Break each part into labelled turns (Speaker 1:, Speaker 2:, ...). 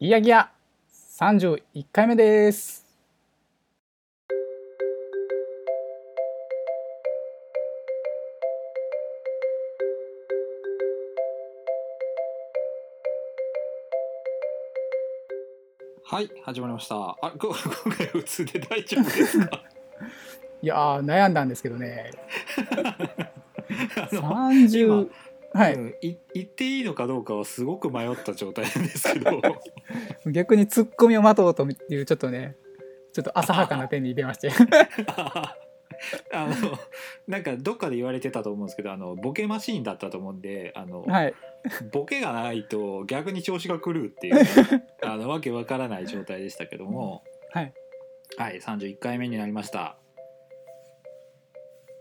Speaker 1: いやぎや31回目です
Speaker 2: はい、始まりました。あ、 こ今回普通で大丈夫ですか
Speaker 1: いやー悩んだんですけど ね
Speaker 2: あの、
Speaker 1: 30は
Speaker 2: う
Speaker 1: い
Speaker 2: んい言っていいのかどうかはすごく迷った状態なんです けど、
Speaker 1: 逆にツッコミを待とうというちょっとねちょっと浅はかな手に出まして
Speaker 2: あの、なんかどっかで言われてたと思うんですけど、あの、ボケマシーンだったと思うんで、あの、
Speaker 1: はい
Speaker 2: ボケがないと逆に調子が狂うっていう ね、あの、わけわからない状態でしたけども、
Speaker 1: はい
Speaker 2: はい、31回目になりました。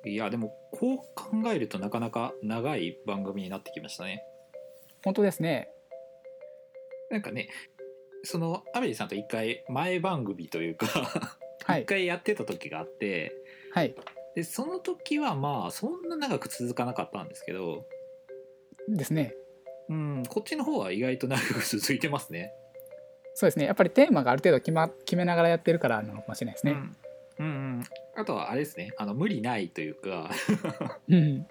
Speaker 2: いや、でも、こう考えるとなかなか長い番組になってきましたね。
Speaker 1: 本当ですね
Speaker 2: なんかねそのアベリさんと一回前番組というか
Speaker 1: は
Speaker 2: 一
Speaker 1: い
Speaker 2: 回やってた時があって、
Speaker 1: はい
Speaker 2: でその時はまあそんな長く続かなかったんですけど、
Speaker 1: ですね
Speaker 2: うん、こっちの方は意外と長く続いてますね。
Speaker 1: そうですねやっぱりテーマがある程度決,、ま、決めながらやってるからなのかもしれないです
Speaker 2: う
Speaker 1: ね
Speaker 2: んうんうん、あとはあれですねあの無理ないというか
Speaker 1: うん、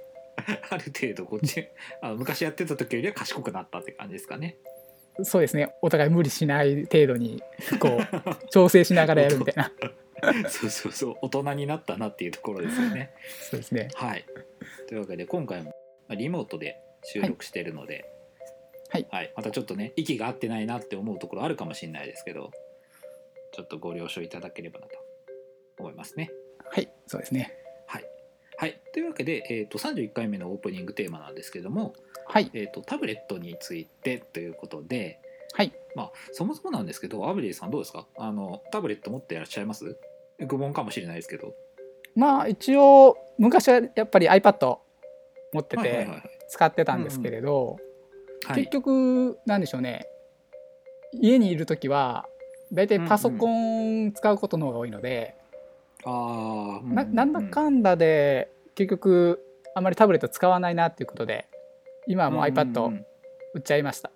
Speaker 2: ある程度こっちあの昔やってた時よりは賢くなったって感じです かね。
Speaker 1: そうですねお互い無理しない程度にこ う調整しながらやるみたいな
Speaker 2: そうそうそう大人になったなっていうところですよね。
Speaker 1: そうですね
Speaker 2: はい。というわけで今回もまあリモートで収録してるので、
Speaker 1: はい
Speaker 2: またちょっとね息が合ってないなって思うところあるかもしれないですけど、ちょっとご了承いただければなと思いますね。
Speaker 1: はいそうですね
Speaker 2: はい。はい、というわけで、えー、と31回目のオープニングテーマなんですけども、
Speaker 1: はい
Speaker 2: えー、とタブレットについてということで、
Speaker 1: はい
Speaker 2: まあ、そもそもなんですけどアブリーさんどうですかあのタブレット持っていらっしゃいます愚問かもしれないですけど。
Speaker 1: まあ一応昔はやっぱり iPad 持って
Speaker 2: はいはい
Speaker 1: て
Speaker 2: はい
Speaker 1: 使ってたんですけれど、
Speaker 2: はい
Speaker 1: 結局なんでしょうね家にいる時は大体パソコン使うことの方が多いので、
Speaker 2: あー
Speaker 1: ななんだかんだで結局あまりタブレット使わないなっていうことで今はもう iPad 売っちゃいました。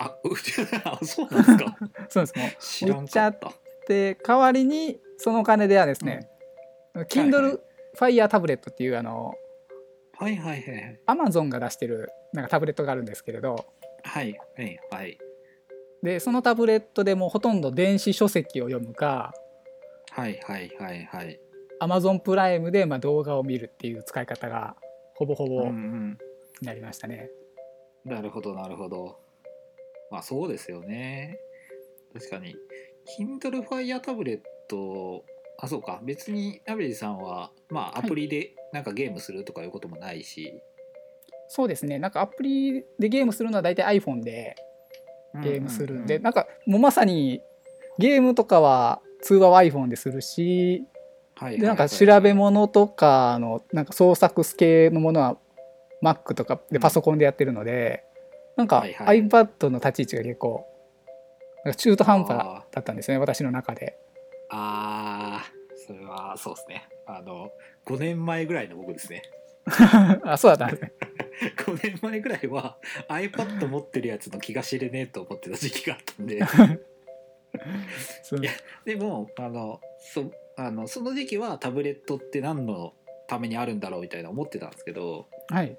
Speaker 2: あ、う あそうなんですか。
Speaker 1: そうですもう
Speaker 2: 知らんかった。
Speaker 1: で代わりにそのお金ではですね、
Speaker 2: はいは
Speaker 1: Kindle Fire タブレットっていうあの
Speaker 2: はいはいはい。
Speaker 1: Amazon が出してるなんかタブレットがあるんですけれど
Speaker 2: はいはいはい。
Speaker 1: でそのタブレットでもうほとんど電子書籍を読むか
Speaker 2: はいはいはいはい。
Speaker 1: Amazon プライムでまあ動画を見るっていう使い方がほぼほ
Speaker 2: うん
Speaker 1: ぼ
Speaker 2: う
Speaker 1: に
Speaker 2: ん。
Speaker 1: なりましたね。
Speaker 2: なるほどなるほど。まあそうですよね。確かに。Kindle Fire タブレット、あ、そうか。別にアベリーさんは、まあ
Speaker 1: はい
Speaker 2: アプリでなんかゲームするとかいうこともないし。
Speaker 1: そうですねなんかアプリでゲームするのは大体 iPhone でゲームするんで、
Speaker 2: うう
Speaker 1: なんかもうまさにゲームとかは通話は iPhone でするし
Speaker 2: うはいはいはい
Speaker 1: でなんか調べ物とかのなんか創作系のものは Mac とかでパソコンでやってるので、なんか
Speaker 2: はいはい
Speaker 1: iPad の立ち位置が結構なんか中途半端だったんですね私の中で。
Speaker 2: あー、それはそうですね。あの、5年前ぐらいの僕ですね。
Speaker 1: あそうだったんですね。
Speaker 2: 5年前ぐらいは iPad 持ってるやつの気が知れねえと思ってた時期があった んで
Speaker 1: そう
Speaker 2: いやでもあのそあのその時期はタブレットって何のためにあるんだろうみたいな思ってたんですけど
Speaker 1: はい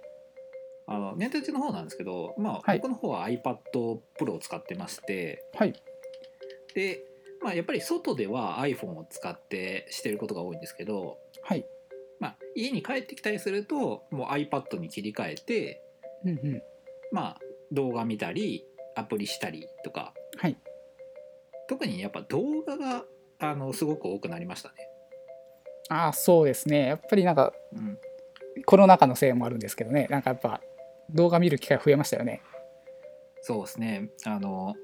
Speaker 2: あの年代中の方なんですけど、まあ
Speaker 1: はい
Speaker 2: 僕の方は iPadPro を使ってまして
Speaker 1: はい
Speaker 2: で、まあ、やっぱり外では iPhone を使ってしてることが多いんですけど、
Speaker 1: はい。
Speaker 2: まあ、家に帰ってきたりするともう iPad に切り替えて、
Speaker 1: うんうん
Speaker 2: まあ、動画見たりアプリしたりとか
Speaker 1: はい。
Speaker 2: 特にやっぱ動画があのすごく多くなりましたね。
Speaker 1: ああそうですねやっぱりなんか
Speaker 2: うん、
Speaker 1: コロナ禍のせいもあるんですけどねなんかやっぱ動画見る機会増えましたよね。
Speaker 2: そうですねあの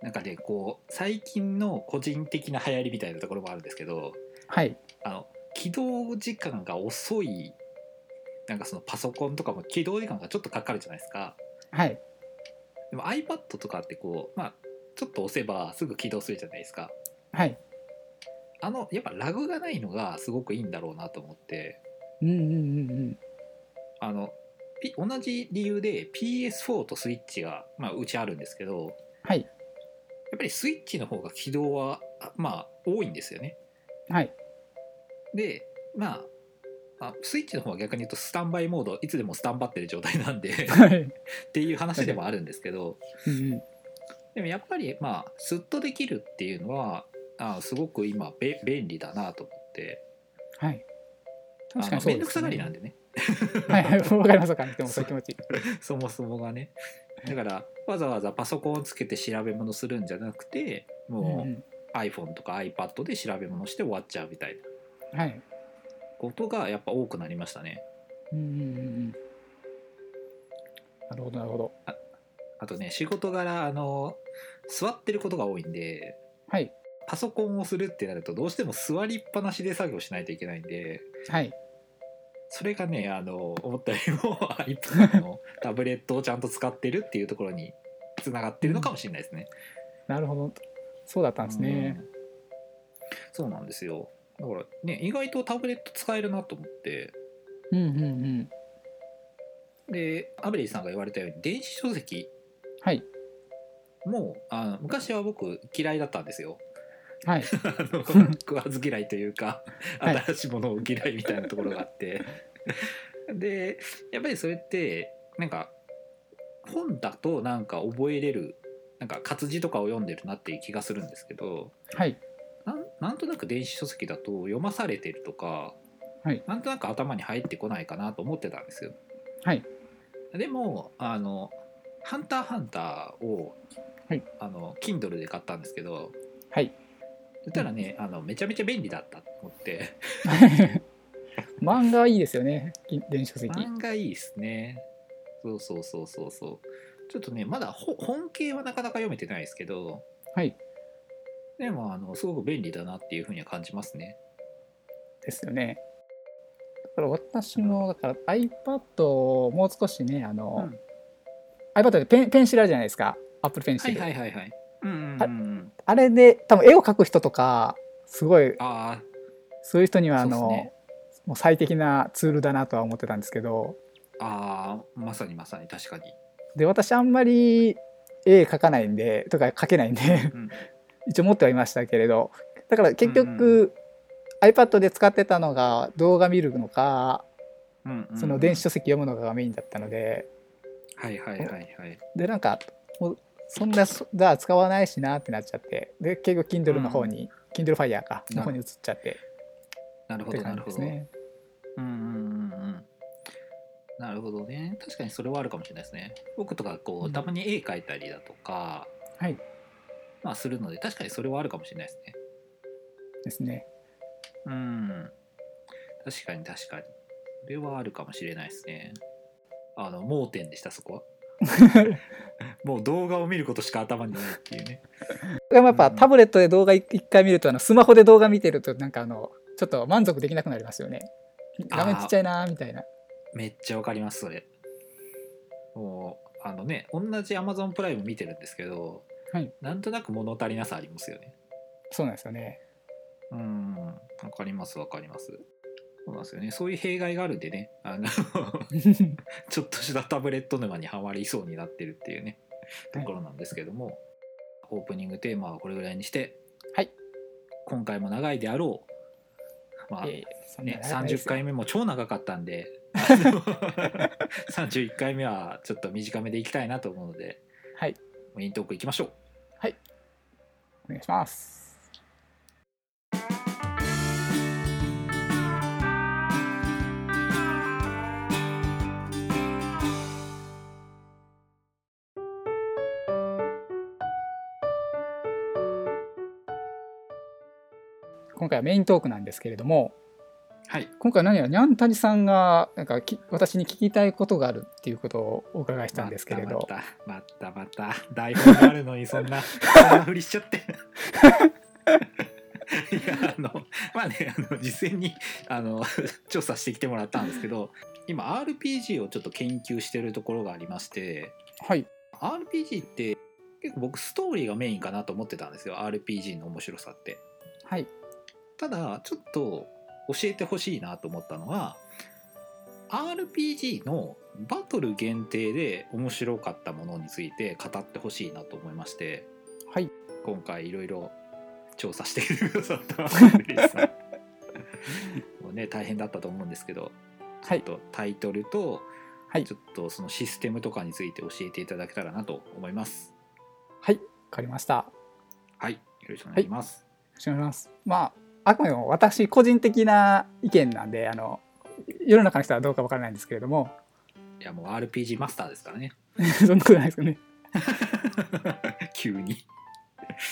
Speaker 2: なんかねこう最近の個人的な流行りみたいなところもあるんですけど
Speaker 1: はい
Speaker 2: あの起動時間が遅いなんかそのパソコンとかも起動時間がちょっとかかるじゃないですか
Speaker 1: はい
Speaker 2: でも iPad とかってこうまあちょっと押せばすぐ起動するじゃないですか
Speaker 1: はい。
Speaker 2: あのやっぱラグがないのがすごくいいんだろうなと思って
Speaker 1: うんうんうんうん。
Speaker 2: あのピ同じ理由で PS4 とスイッチが、まあ、うちあるんですけど
Speaker 1: はい
Speaker 2: やっぱりスイッチの方が起動はあまあ多いんですよね。
Speaker 1: はい
Speaker 2: でまああスイッチの方は逆に言うとスタンバイモードいつでもスタンバってる状態 なんで
Speaker 1: はい
Speaker 2: っていう話でもあるんですけど
Speaker 1: うんうん
Speaker 2: でもやっぱりまあスッとできるっていうのはあすごく今べ便利だなと思って
Speaker 1: はい確か
Speaker 2: あの
Speaker 1: にそうですね
Speaker 2: 面倒くさがりなんでね
Speaker 1: はいはいわかりますわかりますでもそういう気持ち
Speaker 2: そもそもがねだからわざわざパソコンをつけて調べ物するんじゃなくても
Speaker 1: うん
Speaker 2: う
Speaker 1: う
Speaker 2: iPhone とか iPad で調べ物して終わっちゃうみたいなん
Speaker 1: はい
Speaker 2: ことがやっぱ多くなりましたね。
Speaker 1: うんうんうんうんなるほどなるほど
Speaker 2: あとね仕事柄あの座ってることが多いんで
Speaker 1: はい
Speaker 2: パソコンをするってなるとどうしても座りっぱなしで作業しないといけないんで
Speaker 1: はい
Speaker 2: それがねあの思ったよりも iPad のタブレットをちゃんと使ってるっていうところにつながってるのかもしれないですね。
Speaker 1: なるほどそうだったんですね
Speaker 2: うんそうなんですよだからね意外とタブレット使えるなと思って
Speaker 1: うんうんうん
Speaker 2: でアベリーさんが言われたように電子書籍
Speaker 1: はい
Speaker 2: もあの昔は僕嫌いだったんですよ。
Speaker 1: はい
Speaker 2: あの食わず嫌いというか
Speaker 1: はい
Speaker 2: 新しいものを嫌いみたいなところがあってでやっぱりそれってなんか本だとなんか覚えれるなんか活字とかを読んでるなっていう気がするんですけど
Speaker 1: はい
Speaker 2: なんなんとなく電子書籍だと読まされてるとか、
Speaker 1: はい
Speaker 2: なんとなく頭に入ってこないかなと思ってたんですよ。
Speaker 1: はい
Speaker 2: でもあの「ハンターハンターを」
Speaker 1: はい
Speaker 2: あの Kindle で買ったんですけど
Speaker 1: はい
Speaker 2: そしたらね、あのめちゃめちゃ便利だったと思って
Speaker 1: 漫画いいですよねき電子書籍
Speaker 2: 漫画いいですねそうそうそうそうそうちょっとねまだほ本系はなかなか読めてないですけど
Speaker 1: はい
Speaker 2: でもあのすごく便利だなっていうふうには感じますね
Speaker 1: ですよねだから私もだから iPad をもう少しねあの、
Speaker 2: うん
Speaker 1: iPad でペンペンシルあるじゃないですか Apple ペン
Speaker 2: は
Speaker 1: シ
Speaker 2: い
Speaker 1: ル、
Speaker 2: はいはいはいうんうんうんうん
Speaker 1: あれで多分絵を描く人とかすごい
Speaker 2: あ
Speaker 1: そういう人にはあ
Speaker 2: そう
Speaker 1: の
Speaker 2: っすね
Speaker 1: もう最適なツールだなとは思ってたんですけど
Speaker 2: ーあーまさにまさに確かに
Speaker 1: で私あんまり絵描かないんでとか描けないんで
Speaker 2: うん
Speaker 1: 一応持ってはいましたけれどだから結局、
Speaker 2: うん
Speaker 1: iPad で使ってたのが動画見るのか
Speaker 2: うんうん
Speaker 1: その電子書籍読むのがメインだったので、
Speaker 2: はいはいはいはい
Speaker 1: でなんかもうそんなそじゃあ使わないしなってなっちゃってで結局 Kindle の方に、Kindle Fire かの方に移っちゃって
Speaker 2: なる
Speaker 1: っ
Speaker 2: ほ
Speaker 1: て
Speaker 2: ど
Speaker 1: 感
Speaker 2: なる
Speaker 1: じで
Speaker 2: ほ
Speaker 1: す
Speaker 2: ど、
Speaker 1: ね。
Speaker 2: うんうんうんうんなるほどね確かにそれはあるかもしれないですね僕とかこ
Speaker 1: う
Speaker 2: うんたまに絵描いたりだとか、
Speaker 1: はい
Speaker 2: まあするので確かにそれはあるかもしれないですね
Speaker 1: ですね。
Speaker 2: うん確かに確かにそれはあるかもしれないですねあの盲点でしたそこはもう動画を見ることしか頭にないっていうね
Speaker 1: でもやっぱ、
Speaker 2: うん
Speaker 1: タブレットで動画一一回見るとあのスマホで動画見てるとなんかあのちょっと満足できなくなりますよね。画面ちっちゃいなーみたいな。
Speaker 2: めっちゃわかりますそれもうあのね同じ Amazon プライム見てるんですけど、
Speaker 1: はい
Speaker 2: なんとなく物足りなさありますよね
Speaker 1: そうなんですよね。
Speaker 2: うん、わかりますわかります。そうなんですよね。そういう弊害があるんでね、あの ちょっとしたタブレット沼にはまりそうになってるっていうね、と
Speaker 1: はい
Speaker 2: ころなんですけども、オープニングテーマはこれぐらいにして、
Speaker 1: はい
Speaker 2: 今回も長いであろう、 まあ、
Speaker 1: えーそんな
Speaker 2: ね、
Speaker 1: 長いです
Speaker 2: 30
Speaker 1: よ
Speaker 2: 回目も超長かった んで、あの31回目はちょっと短めでいきたいなと思うので、
Speaker 1: はい
Speaker 2: メイントークいきましょう。
Speaker 1: お願いします。今回はメイントークなんですけれども
Speaker 2: はい、
Speaker 1: 今回何やらにゃんたりさんがなんかき私に聞きたいことがあるっていうことをお伺いしたんですけれど
Speaker 2: またまたまた台本がある のにそんなそんなふりしちゃっていやあのまあねあの事前にあの調査してきてもらったんですけど今 RPG をちょっと研究してるところがありまして
Speaker 1: はい、
Speaker 2: RPG って結構僕ストーリーがメインかなと思ってたんですよ RPG の面白さって
Speaker 1: はい、
Speaker 2: ただちょっと教えてほしいなと思ったのは RPG のバトル限定で面白かったものについて語ってほしいなと思いまして
Speaker 1: はい
Speaker 2: 今回いろいろ調査してくださったリリー さんもうね大変だったと思うんですけど
Speaker 1: は
Speaker 2: ちょっ
Speaker 1: い
Speaker 2: とタイトルと、
Speaker 1: はい
Speaker 2: ちょっとそのシステムとかについて教えていただけたらなと思います
Speaker 1: はいわかりましたよ
Speaker 2: はいよろしくお願いします、
Speaker 1: ろしくお願いしますまああくまでも私個人的な意見なんであの世の中の人はどうかわからないんですけれども
Speaker 2: い、やもう RPG マスターですからね
Speaker 1: そんなことないですよね
Speaker 2: 急に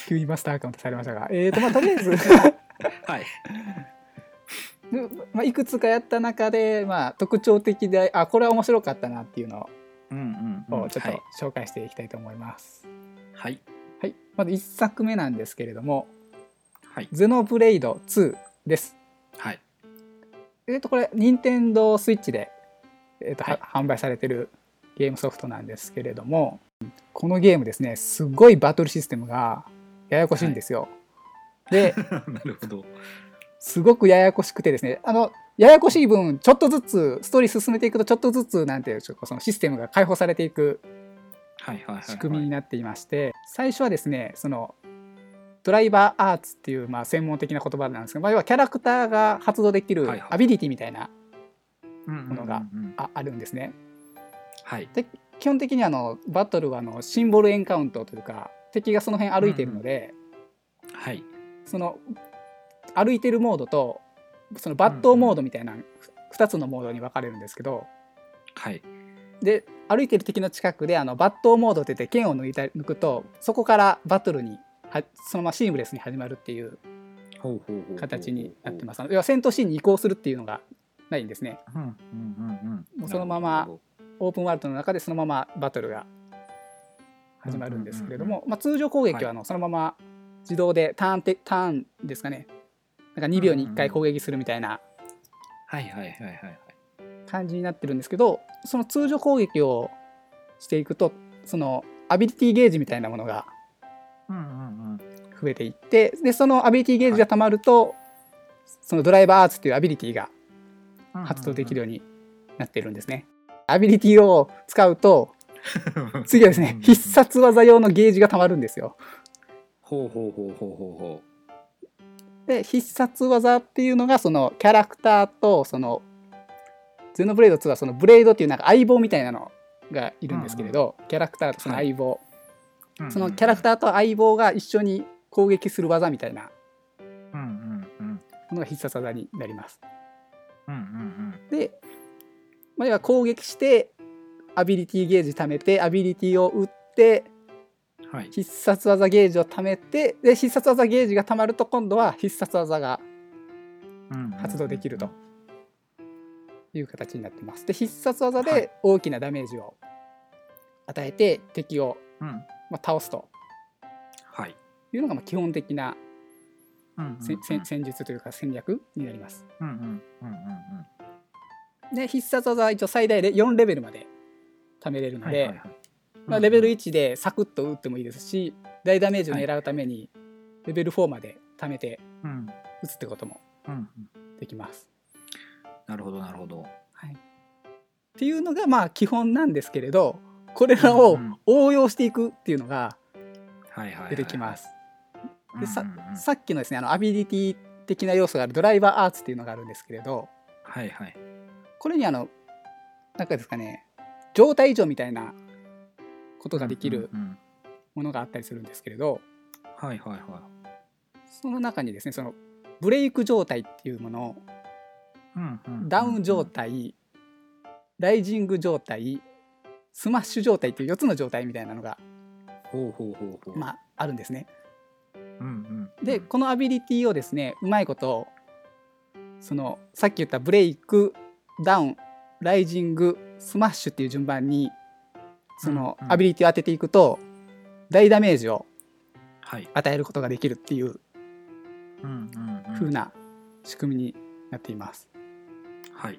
Speaker 1: 急にマスターアカウントされましたがえーとまあとりあえず
Speaker 2: はい
Speaker 1: でまあ、いくつかやった中で、まあ、特徴的であこれは面白かったなっていうの
Speaker 2: うんうん、う
Speaker 1: を
Speaker 2: ん、
Speaker 1: ちょっ
Speaker 2: はい、
Speaker 1: と紹介していきたいと思います。
Speaker 2: はい
Speaker 1: はい、まず1作目なんですけれども
Speaker 2: はい
Speaker 1: 「ゼノブレイド2」です。
Speaker 2: はい
Speaker 1: えっとこれ任天堂スイッチで、えっとは
Speaker 2: はい
Speaker 1: 販売されてるゲームソフトなんですけれどもこのゲームですねすごいバトルシステムがややこしいんですよ。 で
Speaker 2: なるほど
Speaker 1: すごくややこしくてですねあのややこしい分ちょっとずつストーリー進めていくとちょっとずつなんていうんでしょうかそのシステムが解放されていく
Speaker 2: はいはいはい、はい、
Speaker 1: 仕組みになっていまして、最初はですねそのドライバーアーツっていうまあ専門的な言葉なんですけど、まあ、要はキャラクターが発動できる
Speaker 2: はいはい
Speaker 1: アビリティみたいな、
Speaker 2: も
Speaker 1: のがああるんですね。
Speaker 2: はい
Speaker 1: 基本的にあのバトルはあのシンボルエンカウントというか敵がその辺歩いているので、
Speaker 2: はい
Speaker 1: その歩いてるモードとそのバットモードみたいな2つのモードに分かれるんですけど、
Speaker 2: はい
Speaker 1: で歩いてる敵の近くであのバットモードって言って剣を抜いた抜くとそこからバトルにはそのままシームレスに始まるっていう
Speaker 2: ほうほうほう
Speaker 1: 形になってます要は戦闘シーンに移行するっていうのがないんですね
Speaker 2: すうんうんうんうん
Speaker 1: もうそのままオープンワールドの中でそのままバトルが始まるんですけれども、まあ、通常攻撃はあのそのまま自動でターンてターンですかねなんか2秒に1回攻撃するみたいな
Speaker 2: はいはいはいはいはい
Speaker 1: 感じになってるんですけどその通常攻撃をしていくとそのアビリティゲージみたいなものが
Speaker 2: うんうんうん
Speaker 1: 増えていってでそのアビリティゲージがたまると、そのドライバーアーツっていうアビリティが発動できるようになってるんですね。アビリティを使うと次はです
Speaker 2: うんう
Speaker 1: ね
Speaker 2: ん
Speaker 1: 必殺技用のゲージがたまるんですよ。
Speaker 2: ほうほうほうほうほうほ
Speaker 1: で必殺技っていうのがそのキャラクターとそのゼノブレード2はそのブレードっていうなんか相棒みたいなのがいるんですけれど、キャラクターとその相棒、
Speaker 2: ううんうん
Speaker 1: そのキャラクターと相棒が一緒に攻撃する技みたいな
Speaker 2: うんうんうん
Speaker 1: ものが必殺技になります。
Speaker 2: うんうん
Speaker 1: で、まあ、要は攻撃してアビリティゲージ貯めてアビリティを打って
Speaker 2: うんはい
Speaker 1: 必殺技ゲージを貯めてで必殺技ゲージが貯まると今度は必殺技が発動できるという形になってます。で必殺技
Speaker 2: はい
Speaker 1: で大きなダメージを与えて敵を、
Speaker 2: うんうん
Speaker 1: まあ、倒すと
Speaker 2: はい
Speaker 1: いうのがまあ基本的な
Speaker 2: うんうんうん
Speaker 1: せんせん戦術というか戦略になります。
Speaker 2: うんうんうんうんうん
Speaker 1: で必殺技は一応最大で4レベルまで貯めれるので。
Speaker 2: はいはいはい
Speaker 1: まあ、レベル
Speaker 2: うん
Speaker 1: 1でサクッと打ってもいいですし大ダメージを狙うためにレベル4まで貯めて
Speaker 2: うん
Speaker 1: 打つってことも
Speaker 2: うんうん
Speaker 1: できます。
Speaker 2: なるほどなるほど
Speaker 1: はい、っていうのがまあ基本なんですけれどこれらを
Speaker 2: うんうん
Speaker 1: 応用していくっていうのが
Speaker 2: はいはいはいはい
Speaker 1: 出てきます。でさ
Speaker 2: うんうんうん
Speaker 1: さっきのですねあのアビリティ的な要素があるドライバーアーツっていうのがあるんですけれど
Speaker 2: はいはい
Speaker 1: これにあのなんかですかね状態異常みたいなことができる
Speaker 2: うんうんうん
Speaker 1: ものがあったりするんですけれど
Speaker 2: はいはいはい
Speaker 1: その中にですねそのブレイク状態っていうものを
Speaker 2: うんうんうんうん
Speaker 1: ダウン状態、ライジング状態、スマッシュ状態っていう4つの状態みたいなのが、
Speaker 2: ほうほうほうほう。
Speaker 1: まあ、あるんですね。
Speaker 2: うんうんうん、
Speaker 1: で、このアビリティをですね、うまいこと、その、さっき言ったブレイク、ダウン、ライジング、スマッシュっていう順番に、その
Speaker 2: うんうん
Speaker 1: アビリティを当てていくと、大ダメージを
Speaker 2: はい。
Speaker 1: 与えることができるっていう
Speaker 2: うんうんうん、
Speaker 1: 風。な仕組みになっています。
Speaker 2: はい。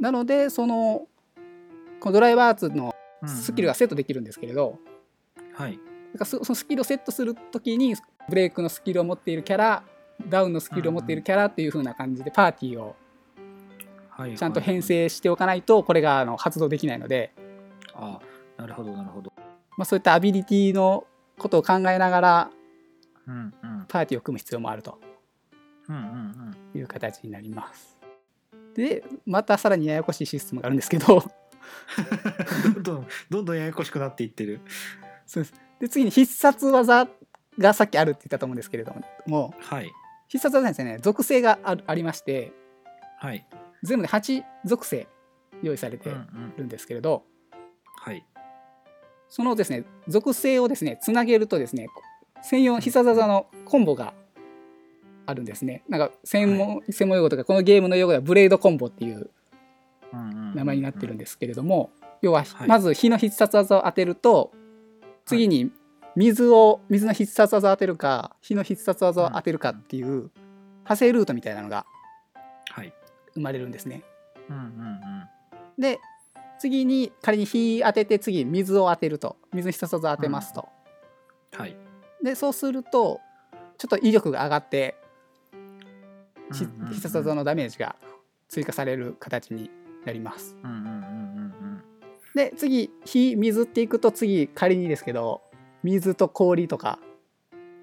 Speaker 1: なので、その、このドライバーアーツの
Speaker 2: うんうん
Speaker 1: スキルが。セットできるんですけれど、
Speaker 2: はい。
Speaker 1: だからそそのスキルをセットするときにブレイクのスキルを持っているキャラダウンのスキルを持っているキャラっていう風な感じでパーティーを
Speaker 2: はい
Speaker 1: ちゃんと編成しておかないとこれがあの発動できないので、
Speaker 2: あなるほどなるほど
Speaker 1: まあ、そういったアビリティのことを考えながら
Speaker 2: うんうん
Speaker 1: パーティーを組む必要もあると
Speaker 2: うんうん
Speaker 1: いう形になります。でまたさらにややこしいシステムがあるんですけど
Speaker 2: うんどんどんどんどんややこしくなっていってる
Speaker 1: そうですで次に必殺技がさっきあるって言ったと思うんですけれども
Speaker 2: はい
Speaker 1: 必殺技にはですね属性があるありまして
Speaker 2: はい
Speaker 1: 全部で8属性用意されて
Speaker 2: うんうん
Speaker 1: るんですけれど、
Speaker 2: はい
Speaker 1: そのですね属性をですねつなげるとですね専用必殺技のコンボがあるんですねなんか専門,、専門用語とかこのゲームの用語ではブレードコンボっていう
Speaker 2: うんうんうん
Speaker 1: 名前になってるんですけれども、要は、
Speaker 2: はい
Speaker 1: まず火の必殺技を当てると次に水を水の必殺技を当てるか火の必殺技を当てるかっていう派生ルートみたいなのが
Speaker 2: はい
Speaker 1: 生まれるんですね。
Speaker 2: うんうんうん
Speaker 1: で次に仮に火当てて次水を当てると水の必殺技を当てますと。
Speaker 2: はい
Speaker 1: でそうするとちょっと威力が上がってひ
Speaker 2: うんうんうん
Speaker 1: 必殺技のダメージが追加される形になります。
Speaker 2: うんうんうんうんうん
Speaker 1: で次火水っていくと次仮にですけど水と氷とか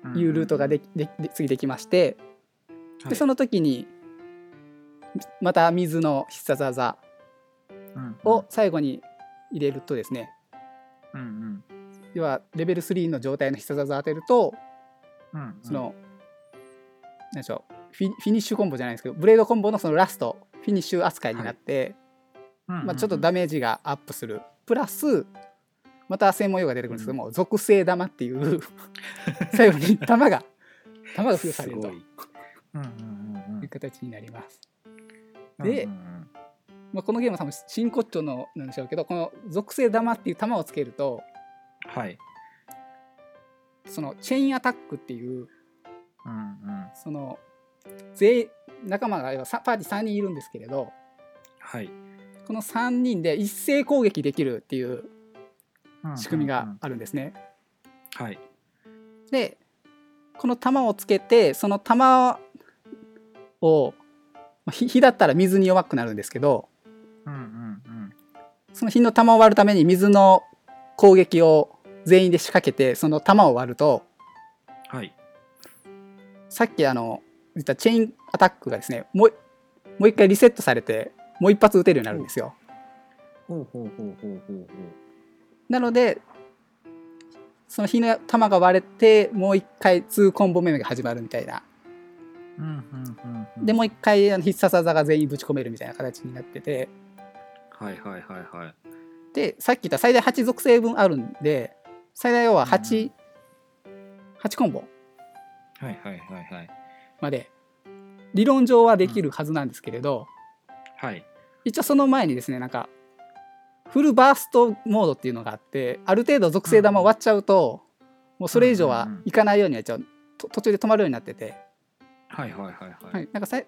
Speaker 2: うん
Speaker 1: いうルートができでで次できまして
Speaker 2: は
Speaker 1: で
Speaker 2: い
Speaker 1: その時にまた水の必殺技
Speaker 2: うん
Speaker 1: を最後に入れるとですね
Speaker 2: うんうん
Speaker 1: 要はレベル3の状態の必殺技を当てると
Speaker 2: うんうん
Speaker 1: その、なんでしょうフィフィニッシュコンボじゃないですけどブレードコンボのそのラストフィニッシュ扱いになって、
Speaker 2: うんうんうん
Speaker 1: まあ、ちょっとダメージがアップするプラスまた専門用語が出てくるんですけども、属性玉っていう 最後に玉が玉が付与されると
Speaker 2: すご
Speaker 1: い
Speaker 2: いうんうんうんうん
Speaker 1: う形になります。で
Speaker 2: うんうん
Speaker 1: まあ、このゲームは多分真骨頂のなんでしょうけどこの属性玉っていう玉をつけると
Speaker 2: うんはい
Speaker 1: そのチェインアタックっていう
Speaker 2: うんうん
Speaker 1: その全員仲間が要はさパーティー3人いるんですけれど、
Speaker 2: はい
Speaker 1: この3人で一斉攻撃できるっていう
Speaker 2: うんうん
Speaker 1: 仕組みがあるんですね。
Speaker 2: はい
Speaker 1: でこの弾をつけてその弾をまあ火火だったら水に弱くなるんですけど
Speaker 2: うんうんうん
Speaker 1: その火の弾を割るために水の攻撃を全員で仕掛けてその弾を割ると
Speaker 2: はい
Speaker 1: さっきあの言ったチェインアタックがですねもうもう一回リセットされてもう一発撃てるようになるんですよ。
Speaker 2: ほうほうほうほうほうほ
Speaker 1: なのでその火の玉が割れてもう一回2コンボ目が始まるみたいな
Speaker 2: ううんうんうんうん
Speaker 1: でもう一回あの必殺技が全員ぶち込めるみたいな形になってて
Speaker 2: はいはいはいはい
Speaker 1: でさっき言った最大8属性分あるんで最大要は8、
Speaker 2: うん
Speaker 1: 8コンボ
Speaker 2: はいはいはいはい
Speaker 1: まで理論上はできるはずなんですけれど、
Speaker 2: はい
Speaker 1: 一応その前にですねなんかフルバーストモードっていうのがあってある程度属性玉終わっちゃうと、もうそれ以上は
Speaker 2: うんうんうん
Speaker 1: いかないようには一応と途中で止まるようになってて。
Speaker 2: はいはいはい
Speaker 1: は
Speaker 2: はい
Speaker 1: い、なんか最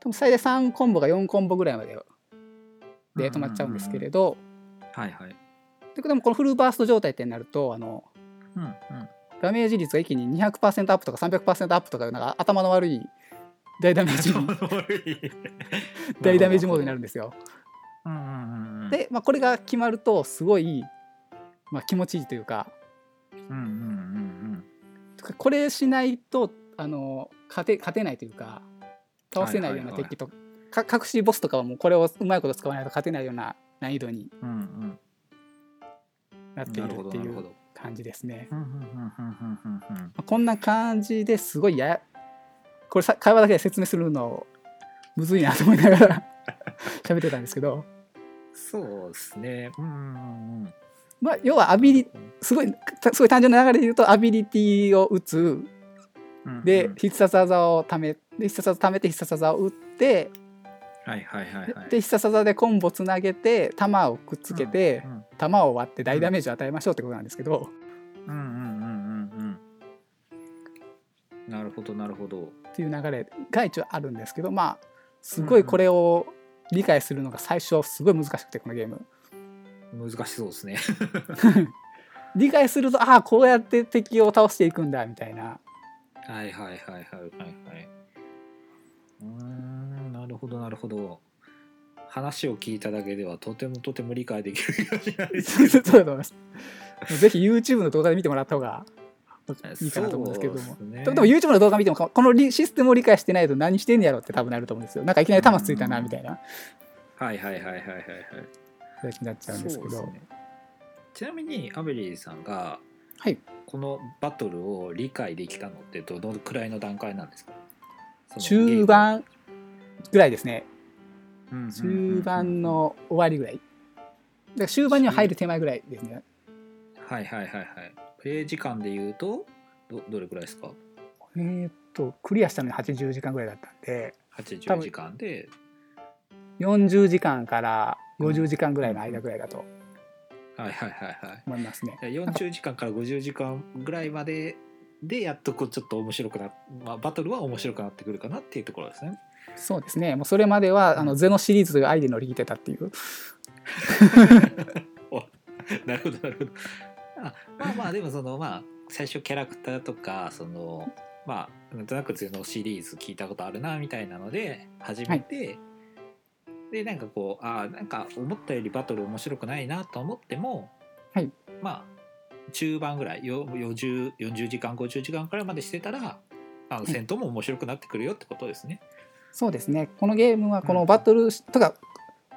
Speaker 1: 多分最大3コンボが4コンボぐらいまでで止まっちゃうんですけれど、
Speaker 2: はいはい
Speaker 1: ででもこのフルバースト状態ってなるとあの
Speaker 2: うんうん
Speaker 1: ダメージ率が一気に200%アップとか300%アップとかなんか頭の悪い大ダメージ大ダメージモードになるんですよ。
Speaker 2: うんうんうんうん
Speaker 1: で、まあ、これが決まるとすごい、まあ、気持ちいいというか
Speaker 2: うんうんうん
Speaker 1: とかこれしないとあの勝て勝てないというか倒せないような敵と、か隠しボスとかはもうこれをうまいこと使わないと勝てないような難易度に
Speaker 2: うんうん
Speaker 1: なっ
Speaker 2: うん
Speaker 1: てい
Speaker 2: な
Speaker 1: る
Speaker 2: るほ
Speaker 1: っ
Speaker 2: ど
Speaker 1: て
Speaker 2: ないるほ
Speaker 1: う
Speaker 2: ど
Speaker 1: 感じですね。
Speaker 2: うんうんうんうんうんうんうん
Speaker 1: まあこんな感じですごいややこれさ会話だけで説明するのむずいなと思いながら 喋ってたんですけど、
Speaker 2: そうですねうんうんうん
Speaker 1: まあ、要はアビリすごいたすごい単純な流れで言うとアビリティを打つ
Speaker 2: うんう
Speaker 1: で
Speaker 2: ん
Speaker 1: 必殺技をためで必殺技貯めて必殺技を打って
Speaker 2: はいはいはい
Speaker 1: で
Speaker 2: はい
Speaker 1: で必殺技でコンボつなげて弾をくっつけて
Speaker 2: うん
Speaker 1: 弾を割って大ダメージを与えましょうってことなんですけど
Speaker 2: うんうんうんうんうんなるほどなるほど
Speaker 1: っていう流れが一応あるんですけどまあすごいこれを理解するのが最初すごい難しくてこのゲーム。
Speaker 2: 難しそうですね
Speaker 1: 理解するとああこうやって敵を倒していくんだみたいな
Speaker 2: はいはいはいはいはいはいうーんなるほどなるほど話を聞いただけではとてもとても理解できるようになり
Speaker 1: そうだと思います。ぜひ YouTube の動画で見てもらった方がいいかなと思うんですけれども。
Speaker 2: そう
Speaker 1: でもでも YouTube の動画見てもこのリシステムを理解してないと何してんやろって多分なると思うんですよ。なんかいきなり弾ついたなみたいな
Speaker 2: はいはいはいはいはいはい
Speaker 1: 形になっちゃうんですけ
Speaker 2: そう
Speaker 1: ど
Speaker 2: で。ねちなみにアベリーさんが
Speaker 1: はい
Speaker 2: このバトルを理解できたのってどのくらいの段階なんですかその
Speaker 1: 中盤ぐらいですね。
Speaker 2: ゲームうんうんうん
Speaker 1: 中盤の終わりぐらい。だから終盤には入る手前ぐらいですね。
Speaker 2: はいはいはいはいプレイ時間で言うとどどれくらいですか
Speaker 1: えーっと、クリアしたのに80時間ぐらいだったんで、多
Speaker 2: 80
Speaker 1: 分
Speaker 2: 時間で
Speaker 1: 40時間から50時間ぐらいの間ぐらいだと
Speaker 2: はいはいはいはい
Speaker 1: 思いますね。
Speaker 2: で40時間から50時間ぐらいまででやっとこうちょっと面白くな、まあ、バトルは面白くなってくるかなっていうところですね。
Speaker 1: そうですね。もうそれまでは、あの、ゼノシリーズというアイデアに乗り切ってたっていう。
Speaker 2: なるほどなるほど。あまあまあでもそのまあ最初キャラクターとかそのまあなんとなくゼノシリーズ聞いたことあるなみたいなので始めて、でなんかこうあーなんか思ったよりバトル面白くないなと思っても、
Speaker 1: はい
Speaker 2: まあ中盤ぐらいよ 40, 40時間50時間くらいまでしてたらあの
Speaker 1: い
Speaker 2: 戦闘も面白くなってくるよってことですね。
Speaker 1: そうですね。このゲームは、このバトルし、とか、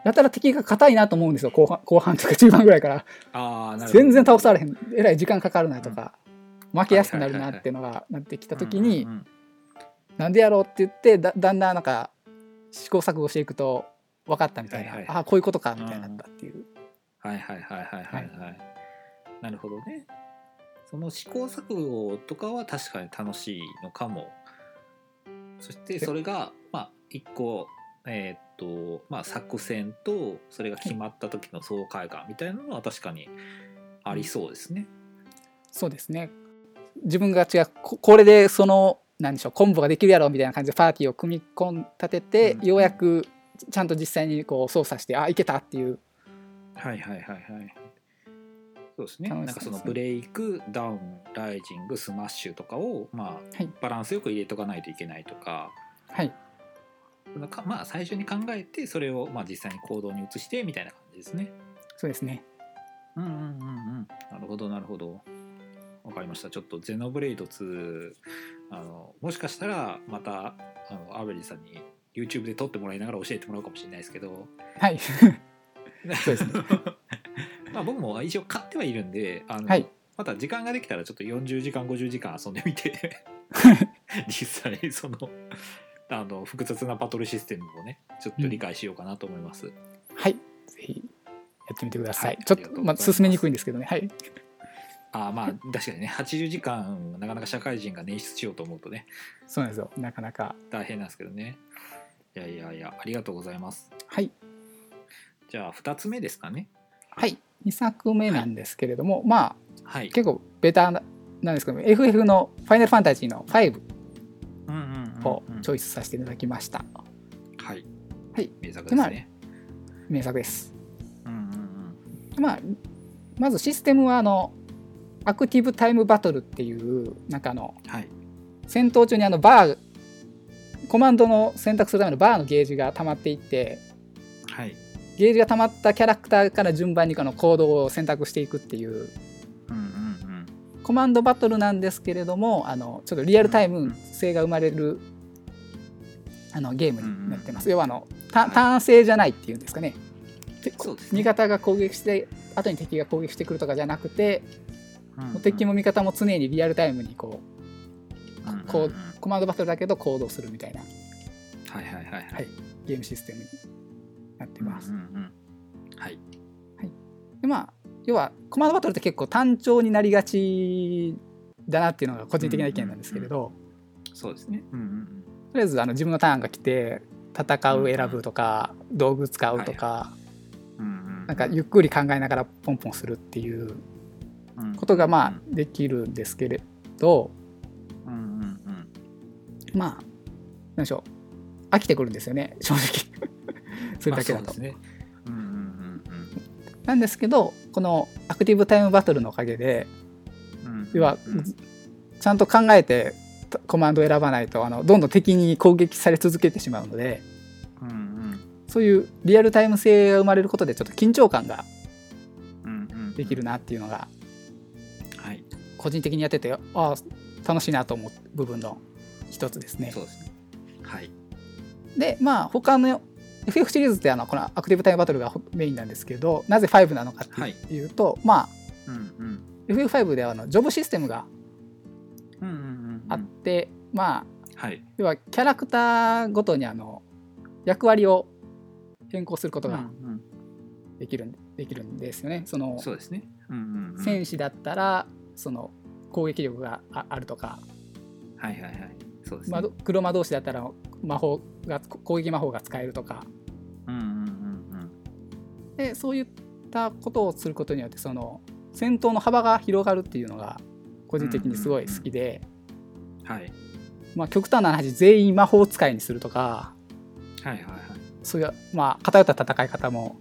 Speaker 1: やたら敵が硬いなと思うんですよ。後半、後半とか中盤ぐらいから。
Speaker 2: あーなるほど
Speaker 1: 全然倒されへん。えらい時間かかるなとか、負けやすくなるなっていうのがなってきた時に
Speaker 2: うん、うん
Speaker 1: なんでやろうって言ってだだんだんなんか試行錯誤していくと分かったみたいな、
Speaker 2: はいはい
Speaker 1: ああこういうことかみたいになったっていう、
Speaker 2: はいはいはいはいはいはい、なるほどねその試行錯誤とかは確かに楽しいのかもそしてそれがまあ一個えーっとまあ作戦とそれが決まった時の爽快感みたいなのは確かにありそうですね、
Speaker 1: そうですね自分が違うここれでその何でしょうコンボができるやろみたいな感じでパーティーを組み込ん立てて、
Speaker 2: うん
Speaker 1: ようやくちゃんと実際にこう操作してあいけたっていう
Speaker 2: はいはいはいはいそうですね
Speaker 1: 楽しそうですね
Speaker 2: なんかそのブレイクダウンライジングスマッシュとかをまあ、
Speaker 1: はい
Speaker 2: バランスよく入れとかないといけないとか
Speaker 1: はい
Speaker 2: かまあ最初に考えてそれをまあ実際に行動に移してみたいな感じですね。
Speaker 1: そうですね
Speaker 2: うんうんうんうん。なるほどなるほど。わかりました。ちょっとゼノブレイド2あのもしかしたらまたあのアベリーさんに YouTube で撮ってもらいながら教えてもらうかもしれないですけど。
Speaker 1: はい そうですね
Speaker 2: まあ僕も一応買ってはいるんで、あの
Speaker 1: はい
Speaker 2: また時間ができたらちょっと40時間50時間遊んでみて 実際にそのあの複雑なバトルシステムをねちょっと理解しようかなと思います。
Speaker 1: はいぜひやってみてください、
Speaker 2: はい
Speaker 1: ちょっ
Speaker 2: あり
Speaker 1: と
Speaker 2: がとうござ
Speaker 1: ま
Speaker 2: い
Speaker 1: あ、
Speaker 2: ます
Speaker 1: 進めにくいんですけどねはい
Speaker 2: あーまあ確かにね80時間なかなか社会人が捻出しようと思うとね
Speaker 1: そうなんですよなかなか
Speaker 2: 大変なんですけどねいやいやいやありがとうございます
Speaker 1: はい
Speaker 2: じゃあ2つ目ですかね
Speaker 1: はい2作目なんですけれども、まあ
Speaker 2: はい
Speaker 1: 結構ベタななんですけど FF の「ファイナルファンタジー」の5
Speaker 2: うんうんうん
Speaker 1: を
Speaker 2: うん
Speaker 1: チョイスさせていただきました、
Speaker 2: はい、
Speaker 1: はい、
Speaker 2: 名作ですね
Speaker 1: 名作です、
Speaker 2: うんうん
Speaker 1: まあ、まずシステムはあのアクティブタイムバトルっていうなんかあの
Speaker 2: うんはい
Speaker 1: 戦闘中にあのバーコマンドの選択するためのバーのゲージが溜まっていって
Speaker 2: はい
Speaker 1: ゲージが溜まったキャラクターから順番にこの行動を選択していくっていう
Speaker 2: うんうん
Speaker 1: コマンドバトルなんですけれどもあのちょっとリアルタイム性が生まれる、あのゲームになってます、要はあの
Speaker 2: は
Speaker 1: タ
Speaker 2: い
Speaker 1: ターン制じゃないっていうんですかねでこ
Speaker 2: そうですね
Speaker 1: 味方が攻撃して後に敵が攻撃してくるとかじゃなくて、
Speaker 2: うん
Speaker 1: もう敵も味方も常にリアルタイムにこ
Speaker 2: うん
Speaker 1: うこうん
Speaker 2: ん
Speaker 1: コマンドバトルだけど行動するみたいな
Speaker 2: はいはいはいは
Speaker 1: はいいゲームシステムになってます、
Speaker 2: うんうんうんはい
Speaker 1: でまあ要はコマンドバトルって結構単調になりがちだなっていうのが個人的な意見なんですけれど、
Speaker 2: そうですねうんうんうん
Speaker 1: とりあえずあの自分のターンが来て戦う選ぶとか道具使うとか
Speaker 2: うんうん
Speaker 1: なんかゆっくり考えながらポンポンするっていうことがまあできるんですけれど
Speaker 2: うんうんうん
Speaker 1: まあ何でしょう飽きてくるんですよね正直 それだけだ
Speaker 2: まあそうで
Speaker 1: と
Speaker 2: す。ねうんうんうん
Speaker 1: なんですけどこのアクティブタイムバトルのおかげで
Speaker 2: うんうん
Speaker 1: 要は
Speaker 2: うんうん
Speaker 1: ちゃんと考えてコマンドを選ばないとあのどんどん敵に攻撃され続けてしまうので
Speaker 2: うんうん
Speaker 1: そういうリアルタイム性が生まれることでちょっと緊張感が
Speaker 2: うんうん
Speaker 1: できるなっていうのが
Speaker 2: はい
Speaker 1: 個人的にやっててああ楽しいなと思う部分の一つですね
Speaker 2: そうですねはい
Speaker 1: でまあ他の FF シリーズってあのこのアクティブタイムバトルがほメインなんですけどなぜ5なのか
Speaker 2: はい
Speaker 1: っていうと、まあ
Speaker 2: うんうん
Speaker 1: FF5 ではあのジョブシステムが
Speaker 2: うんうんうん
Speaker 1: あって、まあ
Speaker 2: はい
Speaker 1: 要はキャラクターごとにあの役割を変更すること
Speaker 2: う
Speaker 1: が
Speaker 2: ん
Speaker 1: できるん,、できるんですよね。その
Speaker 2: うんそうですねうんうんうん
Speaker 1: 戦士だったらその攻撃力がああるとか、
Speaker 2: はいはいはいそうですね
Speaker 1: まど黒魔同士だったら魔法が攻撃魔法が使えるとか
Speaker 2: うんうんうんうん
Speaker 1: でそういったことをすることによってその戦闘の幅が広がるっていうのが個人的にすごい好きで、
Speaker 2: はい
Speaker 1: まあ、極端な話全員魔法使いにするとか
Speaker 2: はいはいはい
Speaker 1: そういう、まあ、偏った戦い方も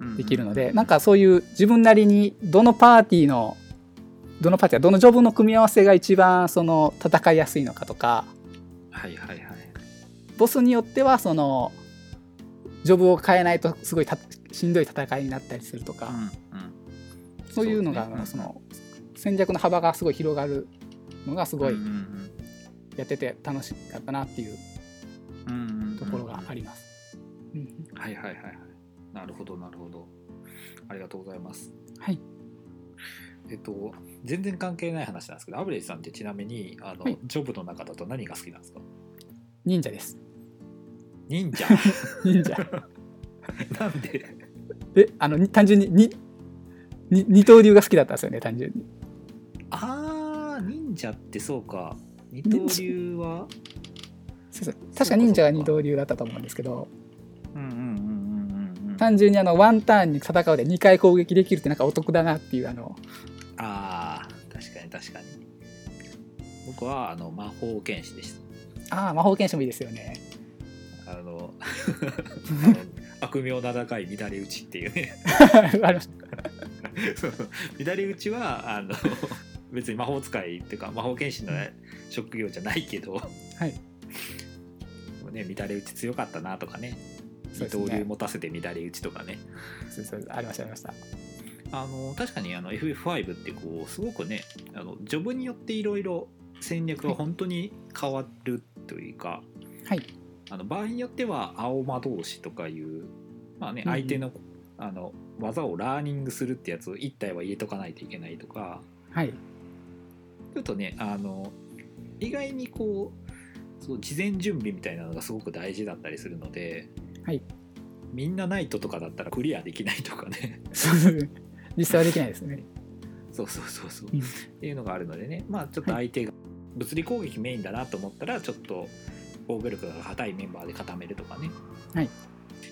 Speaker 2: うんうん
Speaker 1: できるので、なんかそういう自分なりにどのパーティーのどのパーティーはどのジョブの組み合わせが一番その戦いやすいのかとか
Speaker 2: はいはいはい
Speaker 1: ボスによってはそのジョブを変えないとすごいたしんどい戦いになったりするとか、
Speaker 2: うんうん
Speaker 1: そういうのが
Speaker 2: そうです
Speaker 1: そ
Speaker 2: ね
Speaker 1: の戦略の幅がすごい広がるのがすごい
Speaker 2: うんうん
Speaker 1: やってて楽しかったなっていう
Speaker 2: うんうんうんうん
Speaker 1: ところがあります。うん
Speaker 2: はいはいはいはいなるほどなるほどありがとうございます
Speaker 1: はい
Speaker 2: えっと全然関係ない話なんですけどアブレイジさんってちなみにあの、
Speaker 1: はい
Speaker 2: ジョブの中だと何が好きなんで すか
Speaker 1: 忍者です。
Speaker 2: 忍者
Speaker 1: 忍者。
Speaker 2: なんで
Speaker 1: え、あの、に単純にに、に、二刀流が好きだったんですよね、単純に。
Speaker 2: ああ忍者ってそうか二刀流は
Speaker 1: そうそう確か忍者が二刀流だったと思うんですけど
Speaker 2: うんうんうんうんうんうん
Speaker 1: 単純にあのワンターンに戦うで2回攻撃できるってなんかお得だなっていうあの
Speaker 2: あー確かに確かに僕はあの魔法剣士でし
Speaker 1: ああ魔法剣士もいいですよね
Speaker 2: たあ のあの悪名名高い乱れ打ちっていうね
Speaker 1: あの
Speaker 2: そうそう左打ちはあの別に魔法使いっていうか魔法剣士の職業じゃないけど、
Speaker 1: はい
Speaker 2: ね、乱れ打ち強かったなとかね
Speaker 1: そうで
Speaker 2: 二
Speaker 1: す
Speaker 2: 刀流
Speaker 1: ね
Speaker 2: 持たせて乱れ打ちとかね
Speaker 1: そうそうありましたありました
Speaker 2: あの確かにあの FF5 ってこうすごくねあのジョブによっていろいろ戦略が本当に変わるというか、
Speaker 1: はい
Speaker 2: あの場合によっては青魔同士とかいう、まあね、
Speaker 1: うんうん
Speaker 2: 相手の,、あの技をラーニングするってやつを1体は入れとかないといけないとか。
Speaker 1: はい
Speaker 2: ちょっとねあの意外にこうそう事前準備みたいなのがすごく大事だったりするので、
Speaker 1: はい、
Speaker 2: みんなナイトとかだったらクリアできないとかね
Speaker 1: そうそう実際はできないですね
Speaker 2: そうそうそうそう、
Speaker 1: うん
Speaker 2: っていうのがあるのでねまあちょっと相手が物理攻撃メインだなと思ったらちょっと防御力が硬いメンバーで固めるとかね、
Speaker 1: はい、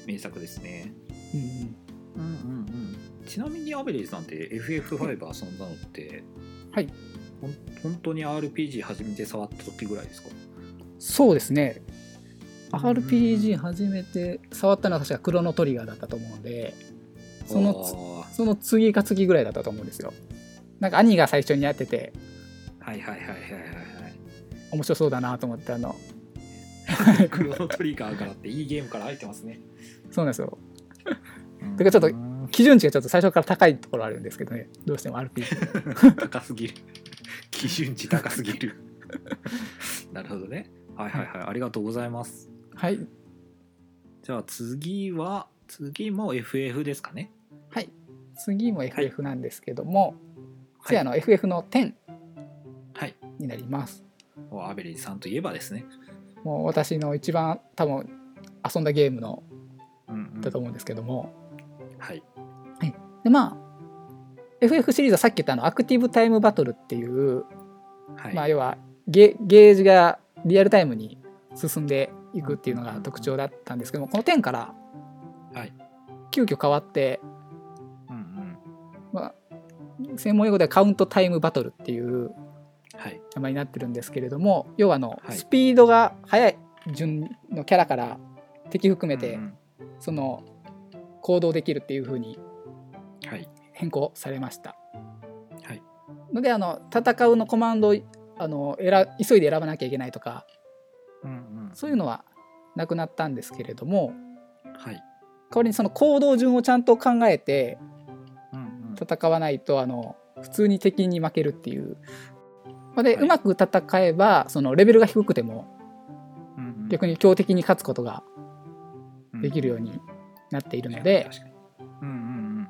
Speaker 2: 名作ですね。
Speaker 1: うんうん
Speaker 2: うんうんうん、ちなみにアベレージさんって FF5 遊んだのって、
Speaker 1: はい
Speaker 2: ほん、本当に RPG 初めて触った時ぐらいですか
Speaker 1: そうですね
Speaker 2: うん
Speaker 1: RPG 初めて触ったのは確かクロノトリガーだったと思うんでそのつ
Speaker 2: おー
Speaker 1: その次か次ぐらいだったと思うんですよなんか兄が最初にやってて
Speaker 2: はいはいはいはいはい
Speaker 1: 面白そうだなと思ってあの
Speaker 2: はい。クロノトリガーからっていいゲームから入ってますね。
Speaker 1: そうなんですよてかちょっと
Speaker 2: うん
Speaker 1: 基準値がちょっと最初から高いところあるんですけどねどうしても RPG
Speaker 2: 高 すぎる。基準値高すぎる。なるほどね。はいはいはい。ありがとうございます。
Speaker 1: はい
Speaker 2: じゃあ次は、次も FF ですかね。
Speaker 1: はい次も FF なんですけども、
Speaker 2: はい
Speaker 1: 次あの FF の10
Speaker 2: はい。
Speaker 1: になります
Speaker 2: もうアベレージさんといえばですね。
Speaker 1: もう私の一番多分遊んだゲームの
Speaker 2: うんうん
Speaker 1: だと思うんですけども、
Speaker 2: はい。
Speaker 1: でまあ FF シリーズはさっき言ったあのアクティブタイムバトルっていう、
Speaker 2: はい。
Speaker 1: まあ、要はゲゲージがリアルタイムに進んでいくっていうのが特徴だったんですけどもこの10から
Speaker 2: はい
Speaker 1: 急遽変わって、
Speaker 2: うんうん。
Speaker 1: まあ、専門用語ではカウントタイムバトルっていう
Speaker 2: はい。
Speaker 1: 名前になってるんですけれども要はあの、
Speaker 2: はい
Speaker 1: スピードが速い順のキャラから敵含めて、
Speaker 2: うんうん
Speaker 1: その行動できるっていう風に
Speaker 2: はい。
Speaker 1: 変更されました。
Speaker 2: はい
Speaker 1: のであの戦うのコマンドをあの選急いで選ばなきゃいけないとか
Speaker 2: うんうん
Speaker 1: そういうのはなくなったんですけれども
Speaker 2: はい。
Speaker 1: 代わりにその行動順をちゃんと考えて
Speaker 2: うんうん
Speaker 1: 戦わないとあの普通に敵に負けるっていう。まあで、
Speaker 2: はいう
Speaker 1: まく戦えばそのレベルが低くても
Speaker 2: うんうん
Speaker 1: 逆に強敵に勝つことができるよう
Speaker 2: に
Speaker 1: になっているので、
Speaker 2: 確かに確かにうん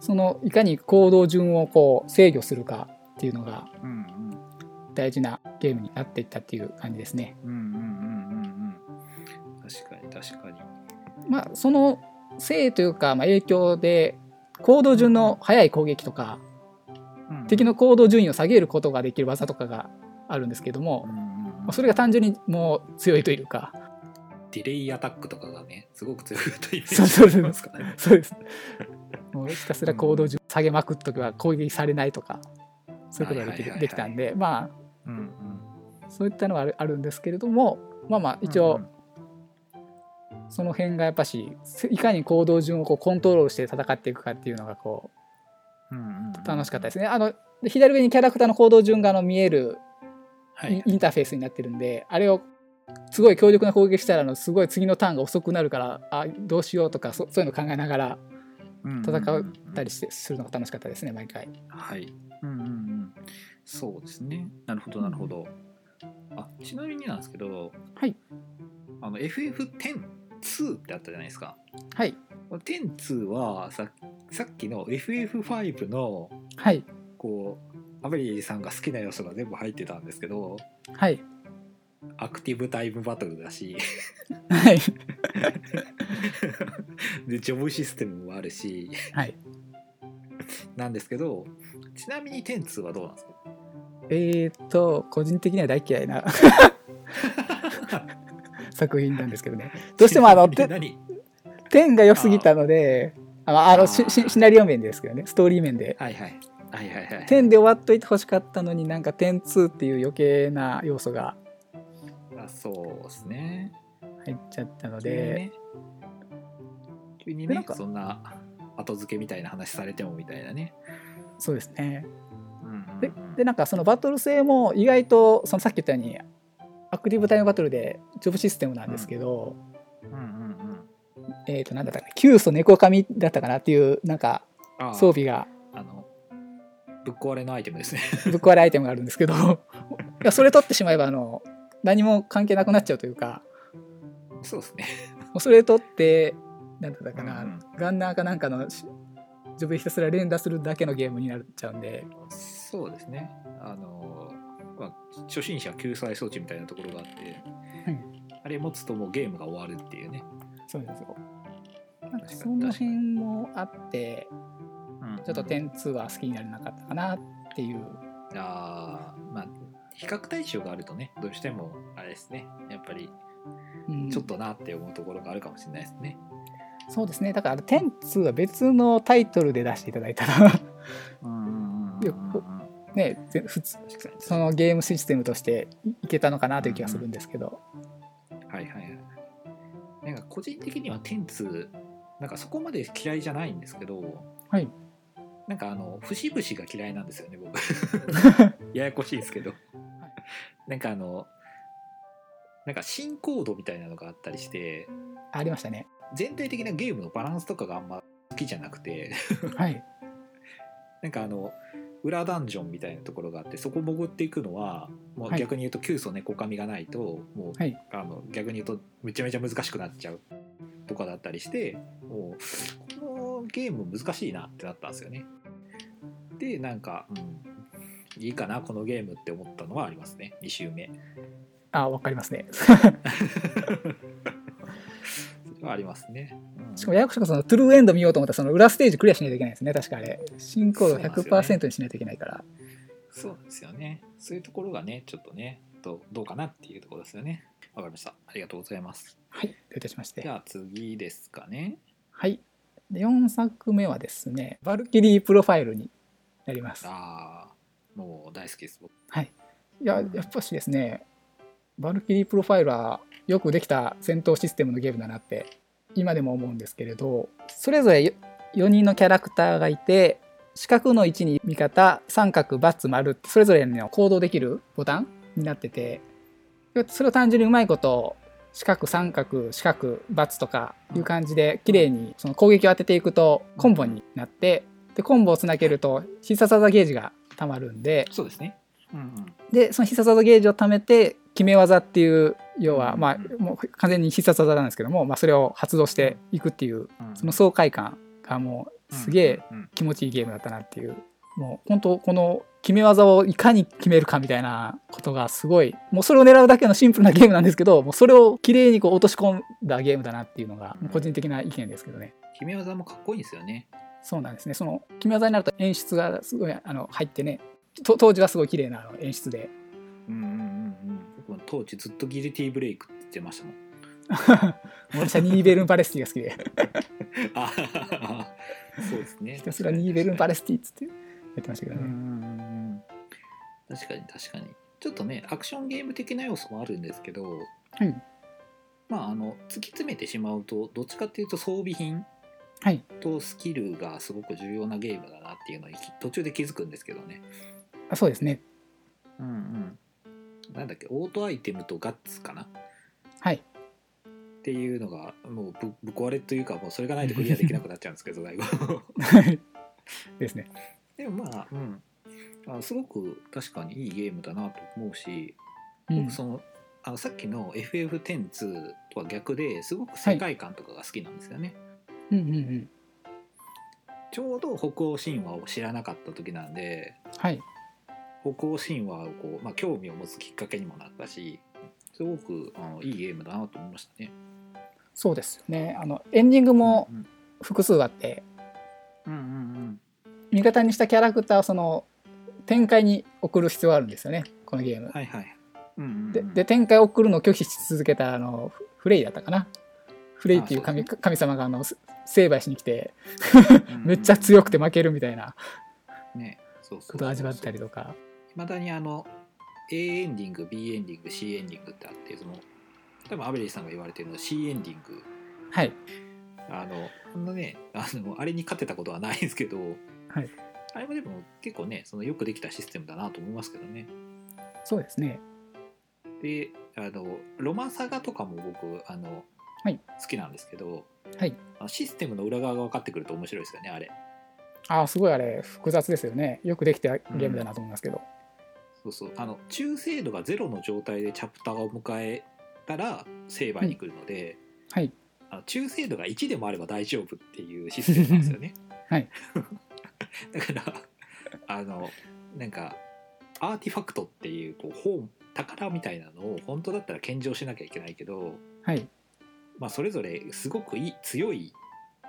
Speaker 1: そのいかに行動順をこう制御するかっていうのが
Speaker 2: うんうんうんうん
Speaker 1: 大事なゲームになっていったっていう感じですね。
Speaker 2: うんうんうんうんうん確かに確かに
Speaker 1: まあそのせいというか、まあ、影響で行動順の速い攻撃とか
Speaker 2: うんうん
Speaker 1: 敵の行動順位を下げることができる技とかがあるんですけども
Speaker 2: うんうんうん
Speaker 1: まあそれが単純にもう強いというか
Speaker 2: ディレイアタックとかがねすごく強いとイメージ
Speaker 1: そうそうそう
Speaker 2: ありますからね
Speaker 1: そうですもうひたすら行動順下げまくっとけば攻撃されないとかそういうことができる
Speaker 2: はいはいはいはい
Speaker 1: できたんでま
Speaker 2: うんうん
Speaker 1: あそういったのはあるあるんですけれどもまあまあ一応その辺がやっぱしいかに行動順をこうコントロールして戦っていくかっていうのがこ
Speaker 2: うんうんうん
Speaker 1: う楽しかったですね。あので左上にキャラクターの行動順があの見える
Speaker 2: は
Speaker 1: イン
Speaker 2: い
Speaker 1: インターフェースになってるんであれをすごい強力な攻撃したらあのすごい次のターンが遅くなるからあどうしようとかそそういうの考えながら戦ったりしてするのが楽しかったですね毎回。
Speaker 2: はい。うんうんうん。そうですね。なるほどなるほど。あちなみになんですけど、
Speaker 1: はい。
Speaker 2: あの FF102 ってあったじゃないですか。
Speaker 1: はい、
Speaker 2: 102はささっきの FF5 の
Speaker 1: はい、
Speaker 2: こうアベリーさんが好きな要素が全部入ってたんですけど、
Speaker 1: はい、
Speaker 2: アクティブタイムバトルだし、
Speaker 1: はい、
Speaker 2: でジョブシステムもあるし、
Speaker 1: はい。
Speaker 2: なんですけど、ちなみに102はどうなんですか。
Speaker 1: えーっと個人的には大嫌 いな作品なんですけどねどうしてもあ のて
Speaker 2: 何
Speaker 1: 点が良すぎたのであのあの
Speaker 2: あー
Speaker 1: ししシナリオ面ですけどねストーリー面で
Speaker 2: はいはいはいはいはい。
Speaker 1: 点で終わっといてほしかったのになんか点2っていう余計な要素が
Speaker 2: あそうですね。
Speaker 1: 入っちゃったの
Speaker 2: 急に
Speaker 1: で
Speaker 2: ね急
Speaker 1: で
Speaker 2: にね
Speaker 1: なんか
Speaker 2: そんな後付けみたいな話されてもみたいなね。
Speaker 1: そうですね
Speaker 2: うんうんうん
Speaker 1: ででなんかそのバトル性も意外とそのさっき言ったようにアクティブタイムバトルでジョブシステムなんですけど、
Speaker 2: うんうんうん
Speaker 1: えー、となんだったかなキュウソネコカミだったかなっていうなんか
Speaker 2: あ
Speaker 1: 装備が
Speaker 2: あのぶっ壊れのアイテムですね。
Speaker 1: ぶっ壊れアイテムがあるんですけどいやそれ取ってしまえばあの何も関係なくなっちゃうというか
Speaker 2: そうですね。
Speaker 1: もうそれ取ってなんだったかな、
Speaker 2: うんうん
Speaker 1: ガンナーかなんかのしジョブひたすら連打するだけのゲームになっちゃうんで
Speaker 2: そうですね。あのまあ初心者救済装置みたいなところがあって、
Speaker 1: はい
Speaker 2: あれ持つともうゲームが終わるっていうね。
Speaker 1: そうですよなんか
Speaker 2: 確かに
Speaker 1: その辺もあって
Speaker 2: うん
Speaker 1: ちょっと点2は好きになれなかったかなっていう
Speaker 2: あーまあ比較対象があるとねどうしてもあれですねやっぱり
Speaker 1: うん
Speaker 2: ちょっとなって思うところがあるかもしれないですね。
Speaker 1: そうですねだから点2は別のタイトルで出していただいたら んうんうんうん
Speaker 2: でこ
Speaker 1: ねぜ普通
Speaker 2: 確かに
Speaker 1: そのゲームシステムとしていけたのかなという気がするんですけど、
Speaker 2: はいはいはい。なんか個人的には天通なんかそこまで嫌いじゃないんですけど、
Speaker 1: はい
Speaker 2: なんかあの節々が嫌いなんですよね 僕。ややこしいですけど。なんかあのなんか新コードみたいなのがあったりして
Speaker 1: ありました ね。
Speaker 2: 全体的なゲームのバランスとかがあんま好きじゃなくて
Speaker 1: はい、
Speaker 2: なんかあの裏ダンジョンみたいなところがあってそこ潜っていくのはもう
Speaker 1: はい
Speaker 2: 逆に言うと急須猫髪がないともう、
Speaker 1: はい
Speaker 2: あの逆に言うとめちゃめちゃ難しくなっちゃうとかだったりしてもうこのゲーム難しいなってなったんですよね。でなんか、うん、いいかなこのゲームって思ったのはありますね2周目。
Speaker 1: あわかりますね。
Speaker 2: それはありますね。うん
Speaker 1: しかもややこしくそのトゥルーエンド見ようと思ったらその裏ステージクリアしないといけないですね確かあれ進行度
Speaker 2: そうなんですよね
Speaker 1: 100%にしないといけないから
Speaker 2: そうなんですよね。そういうところがねちょっとねどうどうかなっていうところですよね。わかりました。ありがとうございます。
Speaker 1: はいといたしまし
Speaker 2: じ
Speaker 1: て
Speaker 2: ゃあ次ですかね。
Speaker 1: はいで4作目はですね「バルキリープロファイル」になります
Speaker 2: ああ、もう大好きです。僕
Speaker 1: はいいややっぱしですねバルキリープロファイルはよくできた戦闘システムのゲームだなって今でも思うんですけれどそれぞれ4人のキャラクターがいて四角の位置に味方三角バツ丸ってそれぞれの行動できるボタンになっててそれを単純にうまいこと四角三角四角×とかいう感じで綺麗にその攻撃を当てていくとコンボになってでコンボをつなげると必殺技ゲージがたまるんで
Speaker 2: そうですね。うんうん
Speaker 1: でその必殺技ゲージを貯めて決め技っていう要はまあ
Speaker 2: うん
Speaker 1: もう完全に必殺技なんですけども、まあ、それを発動していくっていう
Speaker 2: うん、
Speaker 1: その爽快感がもうすげえ
Speaker 2: うんうん
Speaker 1: 気持ちいいゲームだったなっていうもう本当この決め技をいかに決めるかみたいなことがすごいもうそれを狙うだけのシンプルなゲームなんですけどもうそれを綺麗にこう落とし込んだゲームだなっていうのが
Speaker 2: うん
Speaker 1: 個人的な意見ですけどね。
Speaker 2: 決め技もかっこいいんですよね。
Speaker 1: そうなんですねその決め技になると演出がすごいあの入ってねと当時はすごい綺麗なあの演出で
Speaker 2: うんうんうんうん。僕も当時ずっとギルティブレイクって言ってましたもん。
Speaker 1: 私はニーベルン・パレスティが好きで
Speaker 2: あそうですね。
Speaker 1: ひたすらニーベルン・パレスティっつってやってましたけど
Speaker 2: うんう
Speaker 1: ね、
Speaker 2: んうんうん確かに確かに。ちょっとねアクションゲーム的な要素もあるんですけど、
Speaker 1: はい
Speaker 2: まああの突き詰めてしまうとどっちかっていうと装備品
Speaker 1: はい
Speaker 2: とスキルがすごく重要なゲームだなっていうのに途中で気づくんですけどね。
Speaker 1: あそうですね
Speaker 2: うんうん、なんだっけオートアイテムとガッツかなっ
Speaker 1: はい
Speaker 2: ていうのがもうぶぶっ壊れというかもうそれがないとクリアできなくなっちゃうんですけどだいぶ
Speaker 1: ですね
Speaker 2: でもまあ、うん、あすごく確かにいいゲームだなと思うし
Speaker 1: うん
Speaker 2: 僕そのあのさっきの FF102 とは逆ですごく世界観とかが好きなんですよね、
Speaker 1: うんうんうん
Speaker 2: ちょうど北欧神話を知らなかった時なんで
Speaker 1: はい
Speaker 2: 北欧神話をこう、まあ、興味を持つきっかけにもなったしすごくあのいいゲームだなと思いましたね。
Speaker 1: そうですよねあのエンディングも
Speaker 2: うん
Speaker 1: 複数あって
Speaker 2: うんうんうん
Speaker 1: 味方にしたキャラクターをその展開に送る必要があるんですよねこのゲーム、
Speaker 2: はいはい。うんうんうん
Speaker 1: でで展開を送るのを拒否し続けたあのフフレイだったかなフレイっていう神
Speaker 2: あ
Speaker 1: 神様があのす成敗しに来て
Speaker 2: うんうんうん
Speaker 1: めっちゃ強くて負けるみたいな
Speaker 2: ね、そうそうそうそう
Speaker 1: ことを味わったりとか
Speaker 2: いまだにあの A エンディング B エンディング C エンディングってあってその多分アベレージさんが言われてるのは C エンディング
Speaker 1: はい
Speaker 2: あのそんなねあのあれに勝てたことはないんですけど、
Speaker 1: はい
Speaker 2: あれもでも結構ねそのよくできたシステムだなと思いますけどね
Speaker 1: そうですね
Speaker 2: であのロマサガとかも僕あの、
Speaker 1: はい
Speaker 2: 好きなんですけど、
Speaker 1: はい
Speaker 2: あのシステムの裏側が分かってくると面白いですよねあれ
Speaker 1: ああすごいあれ複雑ですよねよくできたゲームだなと思いますけど、
Speaker 2: そうそうあの中精度がゼロの状態でチャプターを迎えたら成敗に来るので、
Speaker 1: はい
Speaker 2: あの中精度が1でもあれば大丈夫っていうシステムなんですよね。
Speaker 1: はい、
Speaker 2: だからあのなんかアーティファクトっていうこう本宝みたいなのを本当だったら献上しなきゃいけないけど、
Speaker 1: はい
Speaker 2: まあ、それぞれすごくいい強い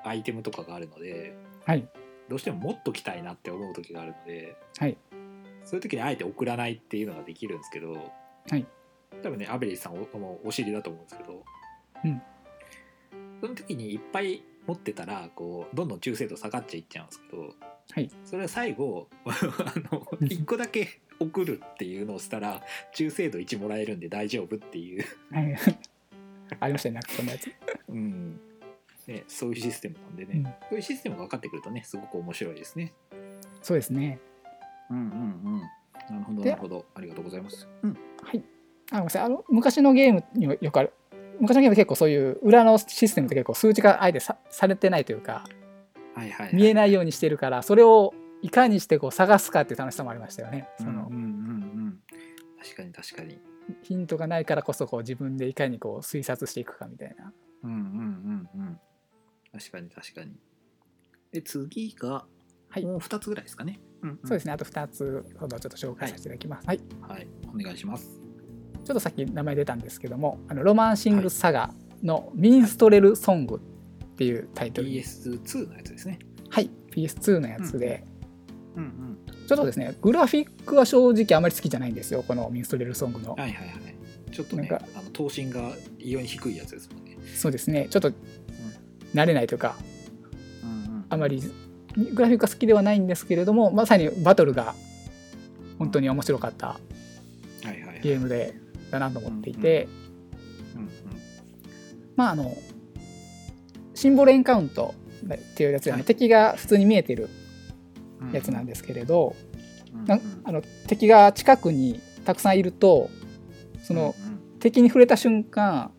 Speaker 2: アイテムとかがあるので
Speaker 1: はい
Speaker 2: どうしてももっと来たいなって思う時があるので、
Speaker 1: はい
Speaker 2: そういう時にあえて送らないっていうのができるんですけど、
Speaker 1: はい
Speaker 2: 多分ねアベリーさんおもうお尻だと思うんですけど、
Speaker 1: うん
Speaker 2: その時にいっぱい持ってたらこうどんどん中精度下がっちゃいっちゃうんですけど、
Speaker 1: はい
Speaker 2: それは最後 あの1個だけ送るっていうのをしたら中精度1もらえるんで大丈夫っていう、
Speaker 1: はい ありましたねなんかこんなやつ
Speaker 2: うんね、そういうシステムなんでね、
Speaker 1: うん
Speaker 2: そういうシステムが分かってくるとねすごく面白いですね。
Speaker 1: そうですね
Speaker 2: うんうんうん、なるほど
Speaker 1: で
Speaker 2: なるほどありがとうございます。うん
Speaker 1: はいあごめんなさいあの昔のゲームにもよくある昔のゲームって結構そういう裏のシステムって結構数値があえてさされてないというか
Speaker 2: はいはいはい、
Speaker 1: 見えないようにしてるからそれをいかにしてこう探すかっていう楽しさもありましたよね。その
Speaker 2: うんうんうんうん、確かに確かに。
Speaker 1: ヒントがないからこそこう自分でいかにこう推察していくかみたいな。
Speaker 2: うんうんうんうん。確かに確かに。で次が、
Speaker 1: はい
Speaker 2: もう2つぐらいですかね。うん
Speaker 1: そうです
Speaker 2: ね。
Speaker 1: ねあと2つほどちょっと紹介させていただきます。はい、ち
Speaker 2: はい、お願いします。
Speaker 1: ょっとさっき名前出たんですけども「あのロマンシング・サガ」の「ミンストレル・ソング」っていうタイトル、
Speaker 2: PS2 のやつですね。
Speaker 1: はい PS2 のやつで、
Speaker 2: うんうん。
Speaker 1: ちょっとですねグラフィックは正直あまり好きじゃないんですよこの「ミンストレル・ソングの」
Speaker 2: はいはいはい。ちょっとね
Speaker 1: なんか、
Speaker 2: あの頭身が異様に低いやつですもんね。
Speaker 1: そうですねちょっと慣れないというか
Speaker 2: うんうん
Speaker 1: あまりグラフィックが好きではないんですけれどもまさにバトルが本当に面白かった
Speaker 2: はいはいはい。
Speaker 1: ゲームでだなと思っていて、
Speaker 2: うんうん
Speaker 1: まああのシンボルエンカウントっていうやつで、あの
Speaker 2: はい
Speaker 1: 敵が普通に見えてる
Speaker 2: うん
Speaker 1: やつなんですけれど、
Speaker 2: うんうん
Speaker 1: なあの敵が近くにたくさんいるとその、
Speaker 2: うんうん
Speaker 1: 敵に触れた瞬間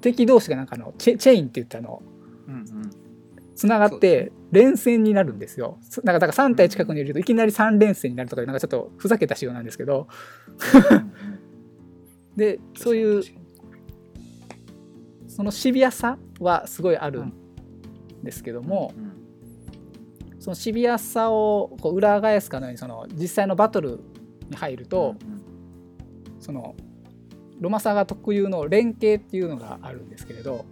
Speaker 1: 敵同士がなんかあのチェチェインって言ってあの
Speaker 2: うんうん
Speaker 1: つなが
Speaker 2: そ
Speaker 1: っ
Speaker 2: うで
Speaker 1: て連戦になるんですよ。すなんかだから3体近くにいるといきなり3連戦になるとかなんかちょっとふざけた仕様なんですけどでそういうそのシビアさはすごいあるんですけども、
Speaker 2: うん
Speaker 1: そのシビアさをこう裏返すかのようにその実際のバトルに入ると、
Speaker 2: うん
Speaker 1: そのロマサガ特有の連携っていうのがあるんですけれど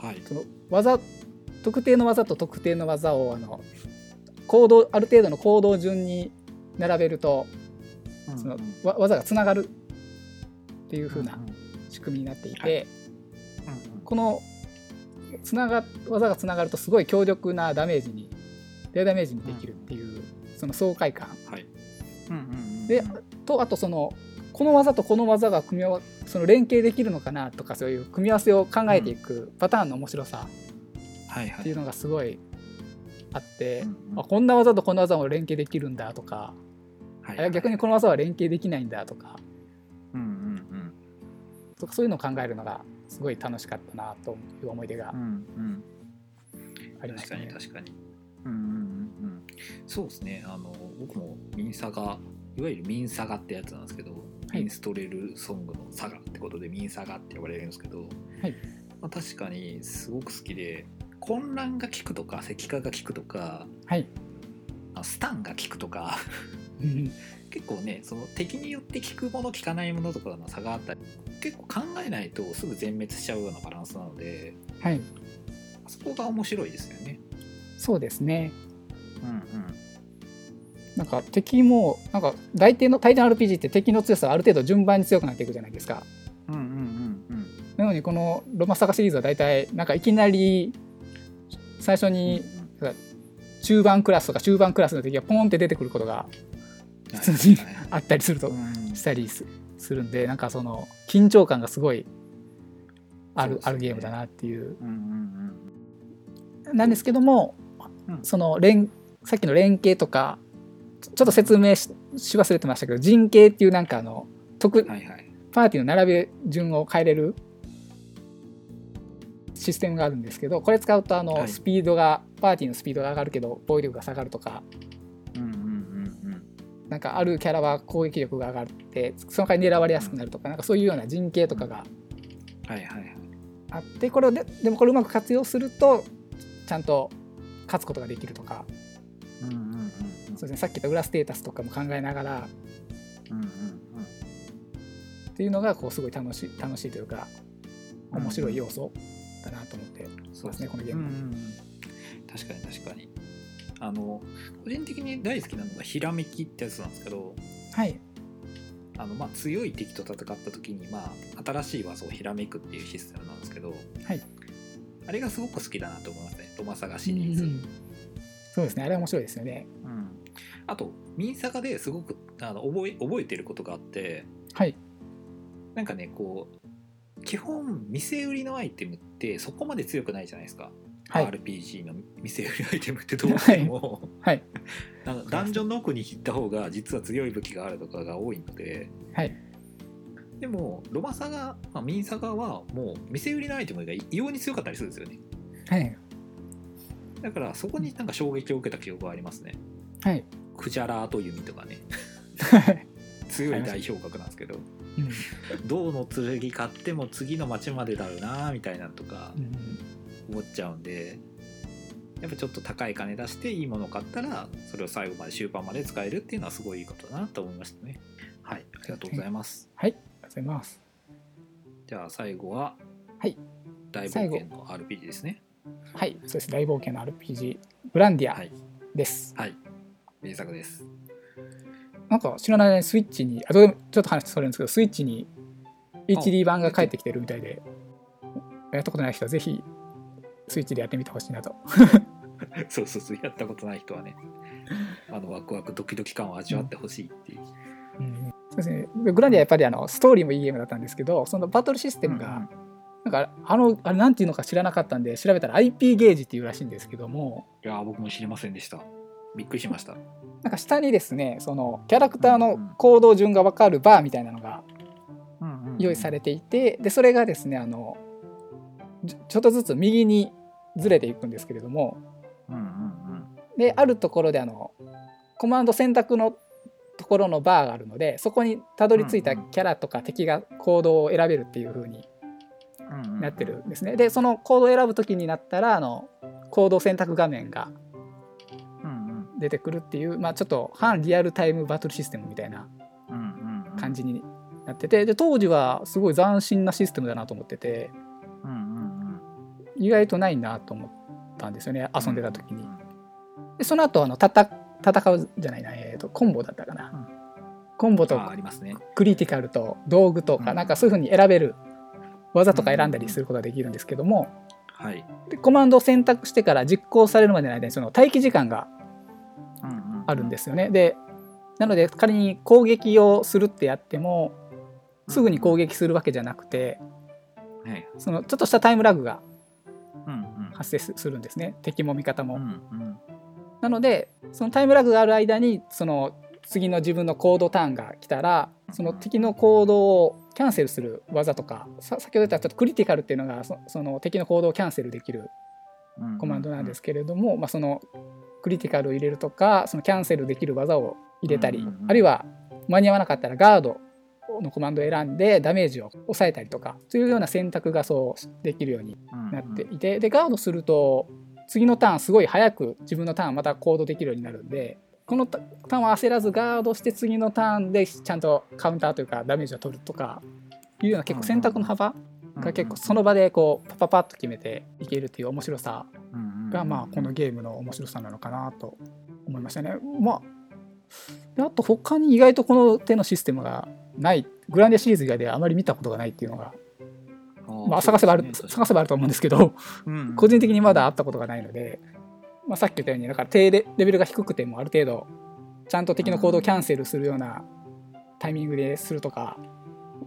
Speaker 2: はい
Speaker 1: その技特定の技と特定の技をあの行動ある程度の行動順に並べるとその
Speaker 2: うん
Speaker 1: わ技がつながるっていう風
Speaker 2: う
Speaker 1: なん仕組みになっていて、
Speaker 2: はうん
Speaker 1: このつなが技がつながるとすごい強力なダメージにレアダメージにできるっていう、その爽快感
Speaker 2: うんうんうん
Speaker 1: でとあとそのこの技とこの技が組み合わその連携できるのかなとかそういう組み合わせを考えていくパターンの面白さ
Speaker 2: はいは
Speaker 1: ってい
Speaker 2: いう
Speaker 1: のがすごいあって、
Speaker 2: うんうん
Speaker 1: あこんな技とこの技も連携できるんだとか、
Speaker 2: はい
Speaker 1: あ逆にこの技は連携できないんだとか
Speaker 2: うんうん
Speaker 1: とかそういうのを考えるのがすごい楽しかったなという思い出が
Speaker 2: うんうん
Speaker 1: あり
Speaker 2: うん
Speaker 1: まし
Speaker 2: 確
Speaker 1: た
Speaker 2: かに
Speaker 1: ね。
Speaker 2: 確かにうんうんうんうんそうですねあの僕もミンサガいわゆるミンサガってやつなんですけど、
Speaker 1: い
Speaker 2: ミンストレルソングのサガってことでミンサガって呼ばれるんですけど、
Speaker 1: はい
Speaker 2: まあ、確かにすごく好きで混乱が効くとか石化が効くとか
Speaker 1: はい、
Speaker 2: あスタンが効くとか
Speaker 1: うん
Speaker 2: 結構ねその敵によって効くもの効かないものとかの差があったり結構考えないとすぐ全滅しちゃうようなバランスなので
Speaker 1: はい、
Speaker 2: そこが面白いですよね。
Speaker 1: そうですね
Speaker 2: うんうん、
Speaker 1: なんか敵もなんか大抵の大抵の RPG って敵の強さはある程度順番に強くなっていくじゃないですか。
Speaker 2: うんうんうん
Speaker 1: なのにこの「ロマサガ」シリーズは大体なんかいきなり最初
Speaker 2: うん
Speaker 1: に中盤クラスとか中盤クラスの敵がポンって出てくることが
Speaker 2: はい
Speaker 1: 普通に
Speaker 2: はい
Speaker 1: あったりすると
Speaker 2: うん
Speaker 1: したりすするんでなんかその緊張感がすごいある,、
Speaker 2: そうですね
Speaker 1: あるゲームだなっていう
Speaker 2: うんうん
Speaker 1: なんですけども、
Speaker 2: うん
Speaker 1: その連さっきの連携とかちょちょっと説明しし忘れてましたけど陣形っていうなんかあの特
Speaker 2: うんはいはい
Speaker 1: パーティーの並べ順を変えれるシステムがあるんですけどこれ使うとあの、
Speaker 2: はい
Speaker 1: スピードがパーティーのスピードが上がるけど防御力が下がるとか
Speaker 2: うんうんうん
Speaker 1: なんかあるキャラは攻撃力が上がってその代わり狙われやすくなるとかなんかそういうような陣形とかが
Speaker 2: うんはいはいはい
Speaker 1: あってこれをででもこれをうまく活用するとちゃんと勝つことができるとか
Speaker 2: うんうんうんうん
Speaker 1: そうです、ね、さっき言った裏ステータスとかも考えながら
Speaker 2: うんうんうん
Speaker 1: っていうのがこうすごい楽しい楽しいというか面白い要素だなと思って。
Speaker 2: そう
Speaker 1: ですねこのゲーム
Speaker 2: うんうんうん確かに確かにあの個人的に大好きなのがひらめきってやつなんですけど
Speaker 1: はい、
Speaker 2: あのまあ、強い敵と戦った時に、まあ、新しい技をひらめくっていうシステムなんですけど、
Speaker 1: はい
Speaker 2: あれがすごく好きだなと思いますねロマサガシリーズ、うん
Speaker 1: そうですねあれは面白いですよね。
Speaker 2: あとミンサガですごくあの覚え覚えてることがあって
Speaker 1: はい、
Speaker 2: なんかねこう基本店売りのアイテムってそこまで強くないじゃないですか、
Speaker 1: はい、
Speaker 2: RPG の店売りアイテムってどうしても、
Speaker 1: はい
Speaker 2: あのダンジョンの奥に行った方が実は強い武器があるとかが多いので、
Speaker 1: はい
Speaker 2: でもロマサガ、まあ、ミンサガはもう店売りのアイテムが異様に強かったりするんですよね
Speaker 1: はい、
Speaker 2: だからそこになんか衝撃を受けた記憶がありますね
Speaker 1: はい、
Speaker 2: クジャラーと弓とかね強い代表格なんですけど
Speaker 1: うん
Speaker 2: 銅の剣買っても次の町までだろうなみたいなのとか
Speaker 1: うん
Speaker 2: 思っちゃうんでやっぱちょっと高い金出していいものを買ったらそれを最後まで終盤まで使えるっていうのはすごいいいことだなと思いましたねはいありがとうございます
Speaker 1: はい、ありがとうございます。
Speaker 2: じゃあ最後は
Speaker 1: はい
Speaker 2: 大冒険の RPG ですね
Speaker 1: はい、そうです。大冒険の RPG ブランディア
Speaker 2: はい
Speaker 1: です。
Speaker 2: はい名作です
Speaker 1: なんか知らない間にスイッチに、あとちょっと話それるんですけど、スイッチに
Speaker 2: あ
Speaker 1: HD 版が帰ってきてるみたいで、やったことない人はぜひスイッチでやってみてほしいなと。
Speaker 2: そうそうそうやったことない人はねあのワクワクドキドキ感を味わってほしいっていう、
Speaker 1: そうですね。でグランディアやっぱりあのストーリーもいいゲームだったんですけど、そのバトルシステムが、なんかあのあれなんていうのか知らなかったんで、調べたら IP ゲージっていうらしいんですけども、
Speaker 2: いやー僕も知りませんでしたびっくりしました
Speaker 1: なんか下にですね、そのキャラクターの行動順がわかるバーみたいなのが用意されていてでそれがですねあのちょちょっとずつ右にずれていくんですけれども
Speaker 2: うんうん
Speaker 1: であるところであのコマンド選択のところのバーがあるのでそこにたどり着いたキャラとか敵が行動を選べるっていう風に
Speaker 2: うんうんうん
Speaker 1: なってるんですね。でその行動を選ぶ時になったらあの行動選択画面が
Speaker 2: うんうん
Speaker 1: 出てくるっていう、まあ、ちょっと反リアルタイムバトルシステムみたいな
Speaker 2: うんうん
Speaker 1: 感じになっててで当時はすごい斬新なシステムだなと思ってて
Speaker 2: うんうんうん
Speaker 1: 意外とないなと思ったんですよね遊んでた時に。でその後あのたた戦うじゃないな、えー、とコンボだったかな。コンボ
Speaker 2: あ
Speaker 1: と
Speaker 2: ーありますね
Speaker 1: クリティカルと道具とか
Speaker 2: うん
Speaker 1: なんかそういうふうに選べる技とか選んだりすることができるんですけども
Speaker 2: はい
Speaker 1: でコマンドを選択してから実行されるまでの間にその待機時間が
Speaker 2: うんうん
Speaker 1: あるんですよね。でなので仮に攻撃をするってやってもすぐに攻撃するわけじゃなくて
Speaker 2: はい
Speaker 1: そのちょっとしたタイムラグが
Speaker 2: うんうん
Speaker 1: 発生すするんですね敵も味方も。
Speaker 2: うんうん
Speaker 1: なのでそのタイムラグがある間にその次の自分の行動ターンが来たらその敵の行動をキャンセルする技とかさ先ほど言ったちょっとクリティカルっていうのがそその敵の行動をキャンセルできる
Speaker 2: うん
Speaker 1: コマンドなんですけれども、まあ、そのクリティカルを入れるとかそのキャンセルできる技を入れたり、
Speaker 2: うんうんうん
Speaker 1: あるいは間に合わなかったらガードのコマンドを選んでダメージを抑えたりとかというような選択がそうできるようになっていて、でガードすると次のターンすごい早く自分のターンまた行動できるようになるんでこのタターンは焦らずガードして次のターンでちゃんとカウンターというかダメージを取るとかいうような結構選択の幅が結構その場でこうパパパッと決めていけるっていう面白さがまあこのゲームの面白さなのかなと思いましたね。まあであと他に意外とこの手のシステムがないグランデシリーズ以外であまり見たことがないっていうのが、まあ、探せばある、探せばあると思うんですけど個人的にまだ会ったことがないので、まあ、さっき言ったようにだから低レレベルが低くてもある程度ちゃんと敵の行動をキャンセルするようなタイミングでするとか
Speaker 2: が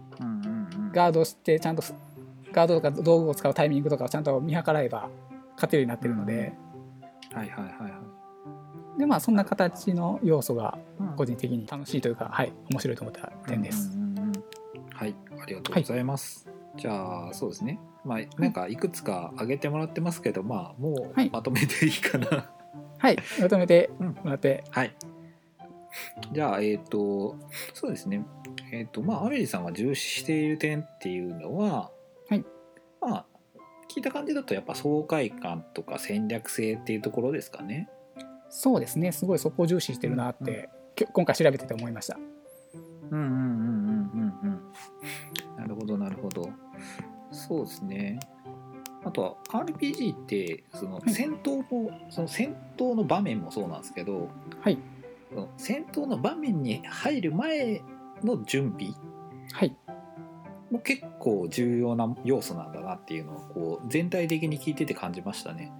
Speaker 1: ガードしてちゃんとガードとか道具を使うタイミングとかをちゃんと見計らえば勝てるようになってるので。
Speaker 2: はいはいはいはい
Speaker 1: でまあそんな形の要素が個人
Speaker 2: 人
Speaker 1: 的に楽しいというか、はい、面白いと思った点です。。
Speaker 2: はい、ありがとうございます。じゃあそうですね。まあなんかいくつか挙げてもらってますけど、まあも
Speaker 1: はいう
Speaker 2: まとめていいかな。
Speaker 1: はい、まとめて
Speaker 2: うん
Speaker 1: もらって、
Speaker 2: はい。じゃあえっ、とそうですね。えっ、とまあアメリさんが重視している点っていうのは、
Speaker 1: はい
Speaker 2: まあ聞いた感じだとやっぱ爽快感とか戦略性っていうところですかね。
Speaker 1: そうですね、すごいそこを重視してるなって、
Speaker 2: うんうん
Speaker 1: きょ今回調べてて思いました。
Speaker 2: うんうんうんうんうんうん。なるほどなるほど。そうですね。あとは RPG ってその
Speaker 1: い
Speaker 2: 戦闘も、その戦闘の場面もそうなんですけど、
Speaker 1: はい、
Speaker 2: その戦闘の場面に入る前の準備
Speaker 1: はい、
Speaker 2: も結構重要な要素なんだなっていうのをこう全体的に聞いてて感じましたね。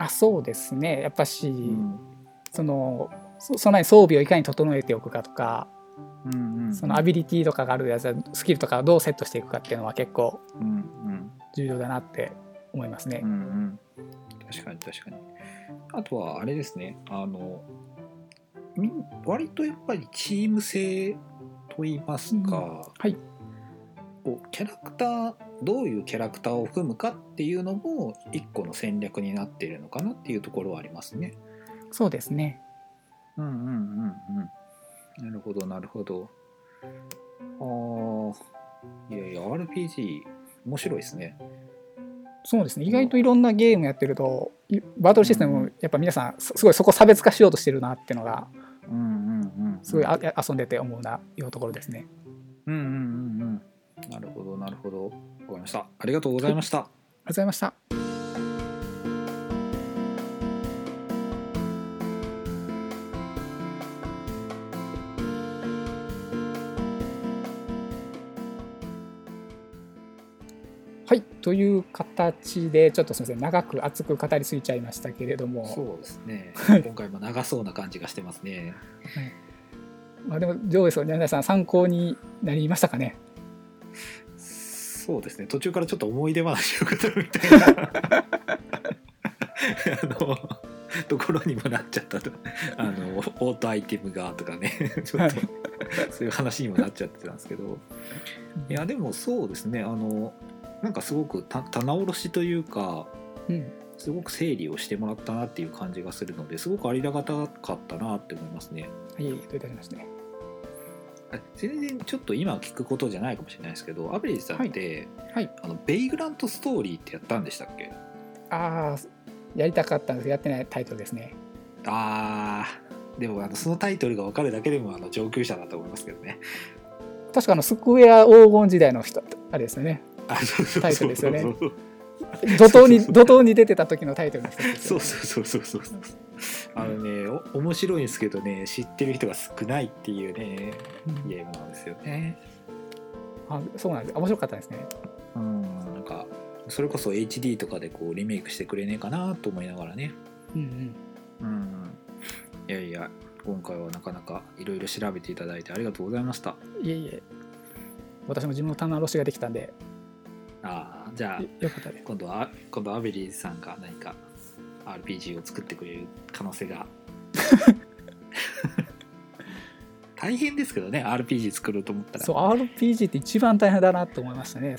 Speaker 1: あそうですね、やっぱし、
Speaker 2: うん
Speaker 1: そのそ備え装備をいかに整えておくかとか、
Speaker 2: うんうん
Speaker 1: そのアビリティとかがあるやつはスキルとかをどうセットしていくかっていうのは結構
Speaker 2: うんうん
Speaker 1: 重要だなって思いますね。
Speaker 2: うんうん、確かに確かにあとはあれですねあのみん割とやっぱりチーム性と言いますか、
Speaker 1: はい、
Speaker 2: こうキャラクターどういうキャラクターを含むかっていうのも一個の戦略になっているのかなっていうところはありますね。
Speaker 1: そうですね。
Speaker 2: うんうんうんうん。なるほどなるほど。ああいやいや RPG 面白いですね。
Speaker 1: そうですね意外といろんなゲームやってるといバトルシステムもやっぱ皆さんすすごいそこ差別化しようとしてるなっていうのが
Speaker 2: うんうんうん
Speaker 1: すごいあや遊んでて思うないうところですね。
Speaker 2: うんうんうんうん。なるほどなるほど。わかりました。ありがとうございました。
Speaker 1: ありがとうございました。はいという形でちょっとすみません長く熱く語りすぎちゃいましたけれども
Speaker 2: そうですね。
Speaker 1: い
Speaker 2: 今回も長そうな感じがしてますね。
Speaker 1: まあ、でも上下さん皆さん参考になりましたかね
Speaker 2: そうですね。途中からちょっと思い出話を語るみたいな。あの ところにもなっちゃったとあのオートアイテムがとかね ちょっと、
Speaker 1: はい
Speaker 2: そういう話にもなっちゃってたんですけどいやでもそうですねあのなんかすごくた棚卸しというか
Speaker 1: うん、
Speaker 2: すごく整理をしてもらったなっていう感じがするのですごくありがたかったなって思いますね。
Speaker 1: いえいえどういたしまして
Speaker 2: あ全然ちょっと今聞くことじゃないかもしれないですけどアベレージさんって、
Speaker 1: はい
Speaker 2: あのベイグラントストーリーってやったんでしたっけ
Speaker 1: ああやりたかったんですけどやってないタイトルですね
Speaker 2: あーでもあのそのタイトルが分かるだけでもあの上級者だと思いますけどね。
Speaker 1: 確かあのスクエア黄金時代の人あれですよね
Speaker 2: あそうそうそう
Speaker 1: タイトルですよね怒涛に怒涛に出てた時のタイトルの人です
Speaker 2: そ
Speaker 1: よ
Speaker 2: う
Speaker 1: ね
Speaker 2: そうそうそうそう。あのね、お面白いんですけどね、知ってる人が少ないっていうね、
Speaker 1: うん
Speaker 2: ゲームなんですよね。
Speaker 1: あそうなんです面白かったですね
Speaker 2: うん、なんか、それこそ HD とかでこうリメイクしてくれねえかなと思いながらね。
Speaker 1: うんうん
Speaker 2: うん。いやいや、今回はなかなかいろいろ調べていただいてありがとうございました。
Speaker 1: いえいえ私も自分の棚卸しができたんで
Speaker 2: ああ、じゃあ
Speaker 1: よ、よかったです
Speaker 2: 今度は、今度はアベリーさんが何か RPG を作ってくれる可能性 が。大変ですけどね、RPG 作ろうと思ったら。
Speaker 1: そう RPG って一番大変だなと思いましたね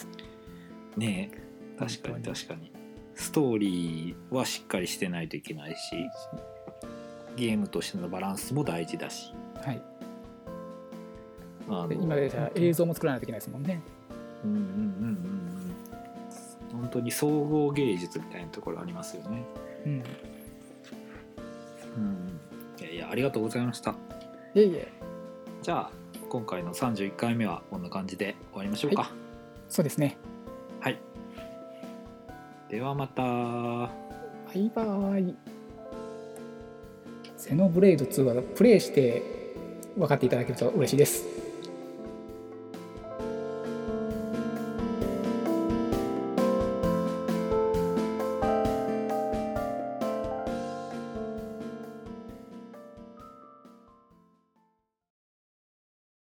Speaker 2: ねえ確か
Speaker 1: 本
Speaker 2: に
Speaker 1: 当に
Speaker 2: 確かにストーリーはしっかりしてないといけないしゲームとしてのバランスも大事だし
Speaker 1: はい
Speaker 2: あの
Speaker 1: で今でじゃあ映像も作らないといけないですもんね
Speaker 2: うんうんうんうんうん本当に総合芸術みたいなところありますよね
Speaker 1: うん
Speaker 2: うんいやいやありがとうございました
Speaker 1: いえいえ
Speaker 2: じゃあ今回の31回目はこんな感じで終わりましょうか
Speaker 1: そうですね
Speaker 2: はい、ではまた
Speaker 1: バイバイゼノブレイド2はプレイして分かっていただけると嬉しいです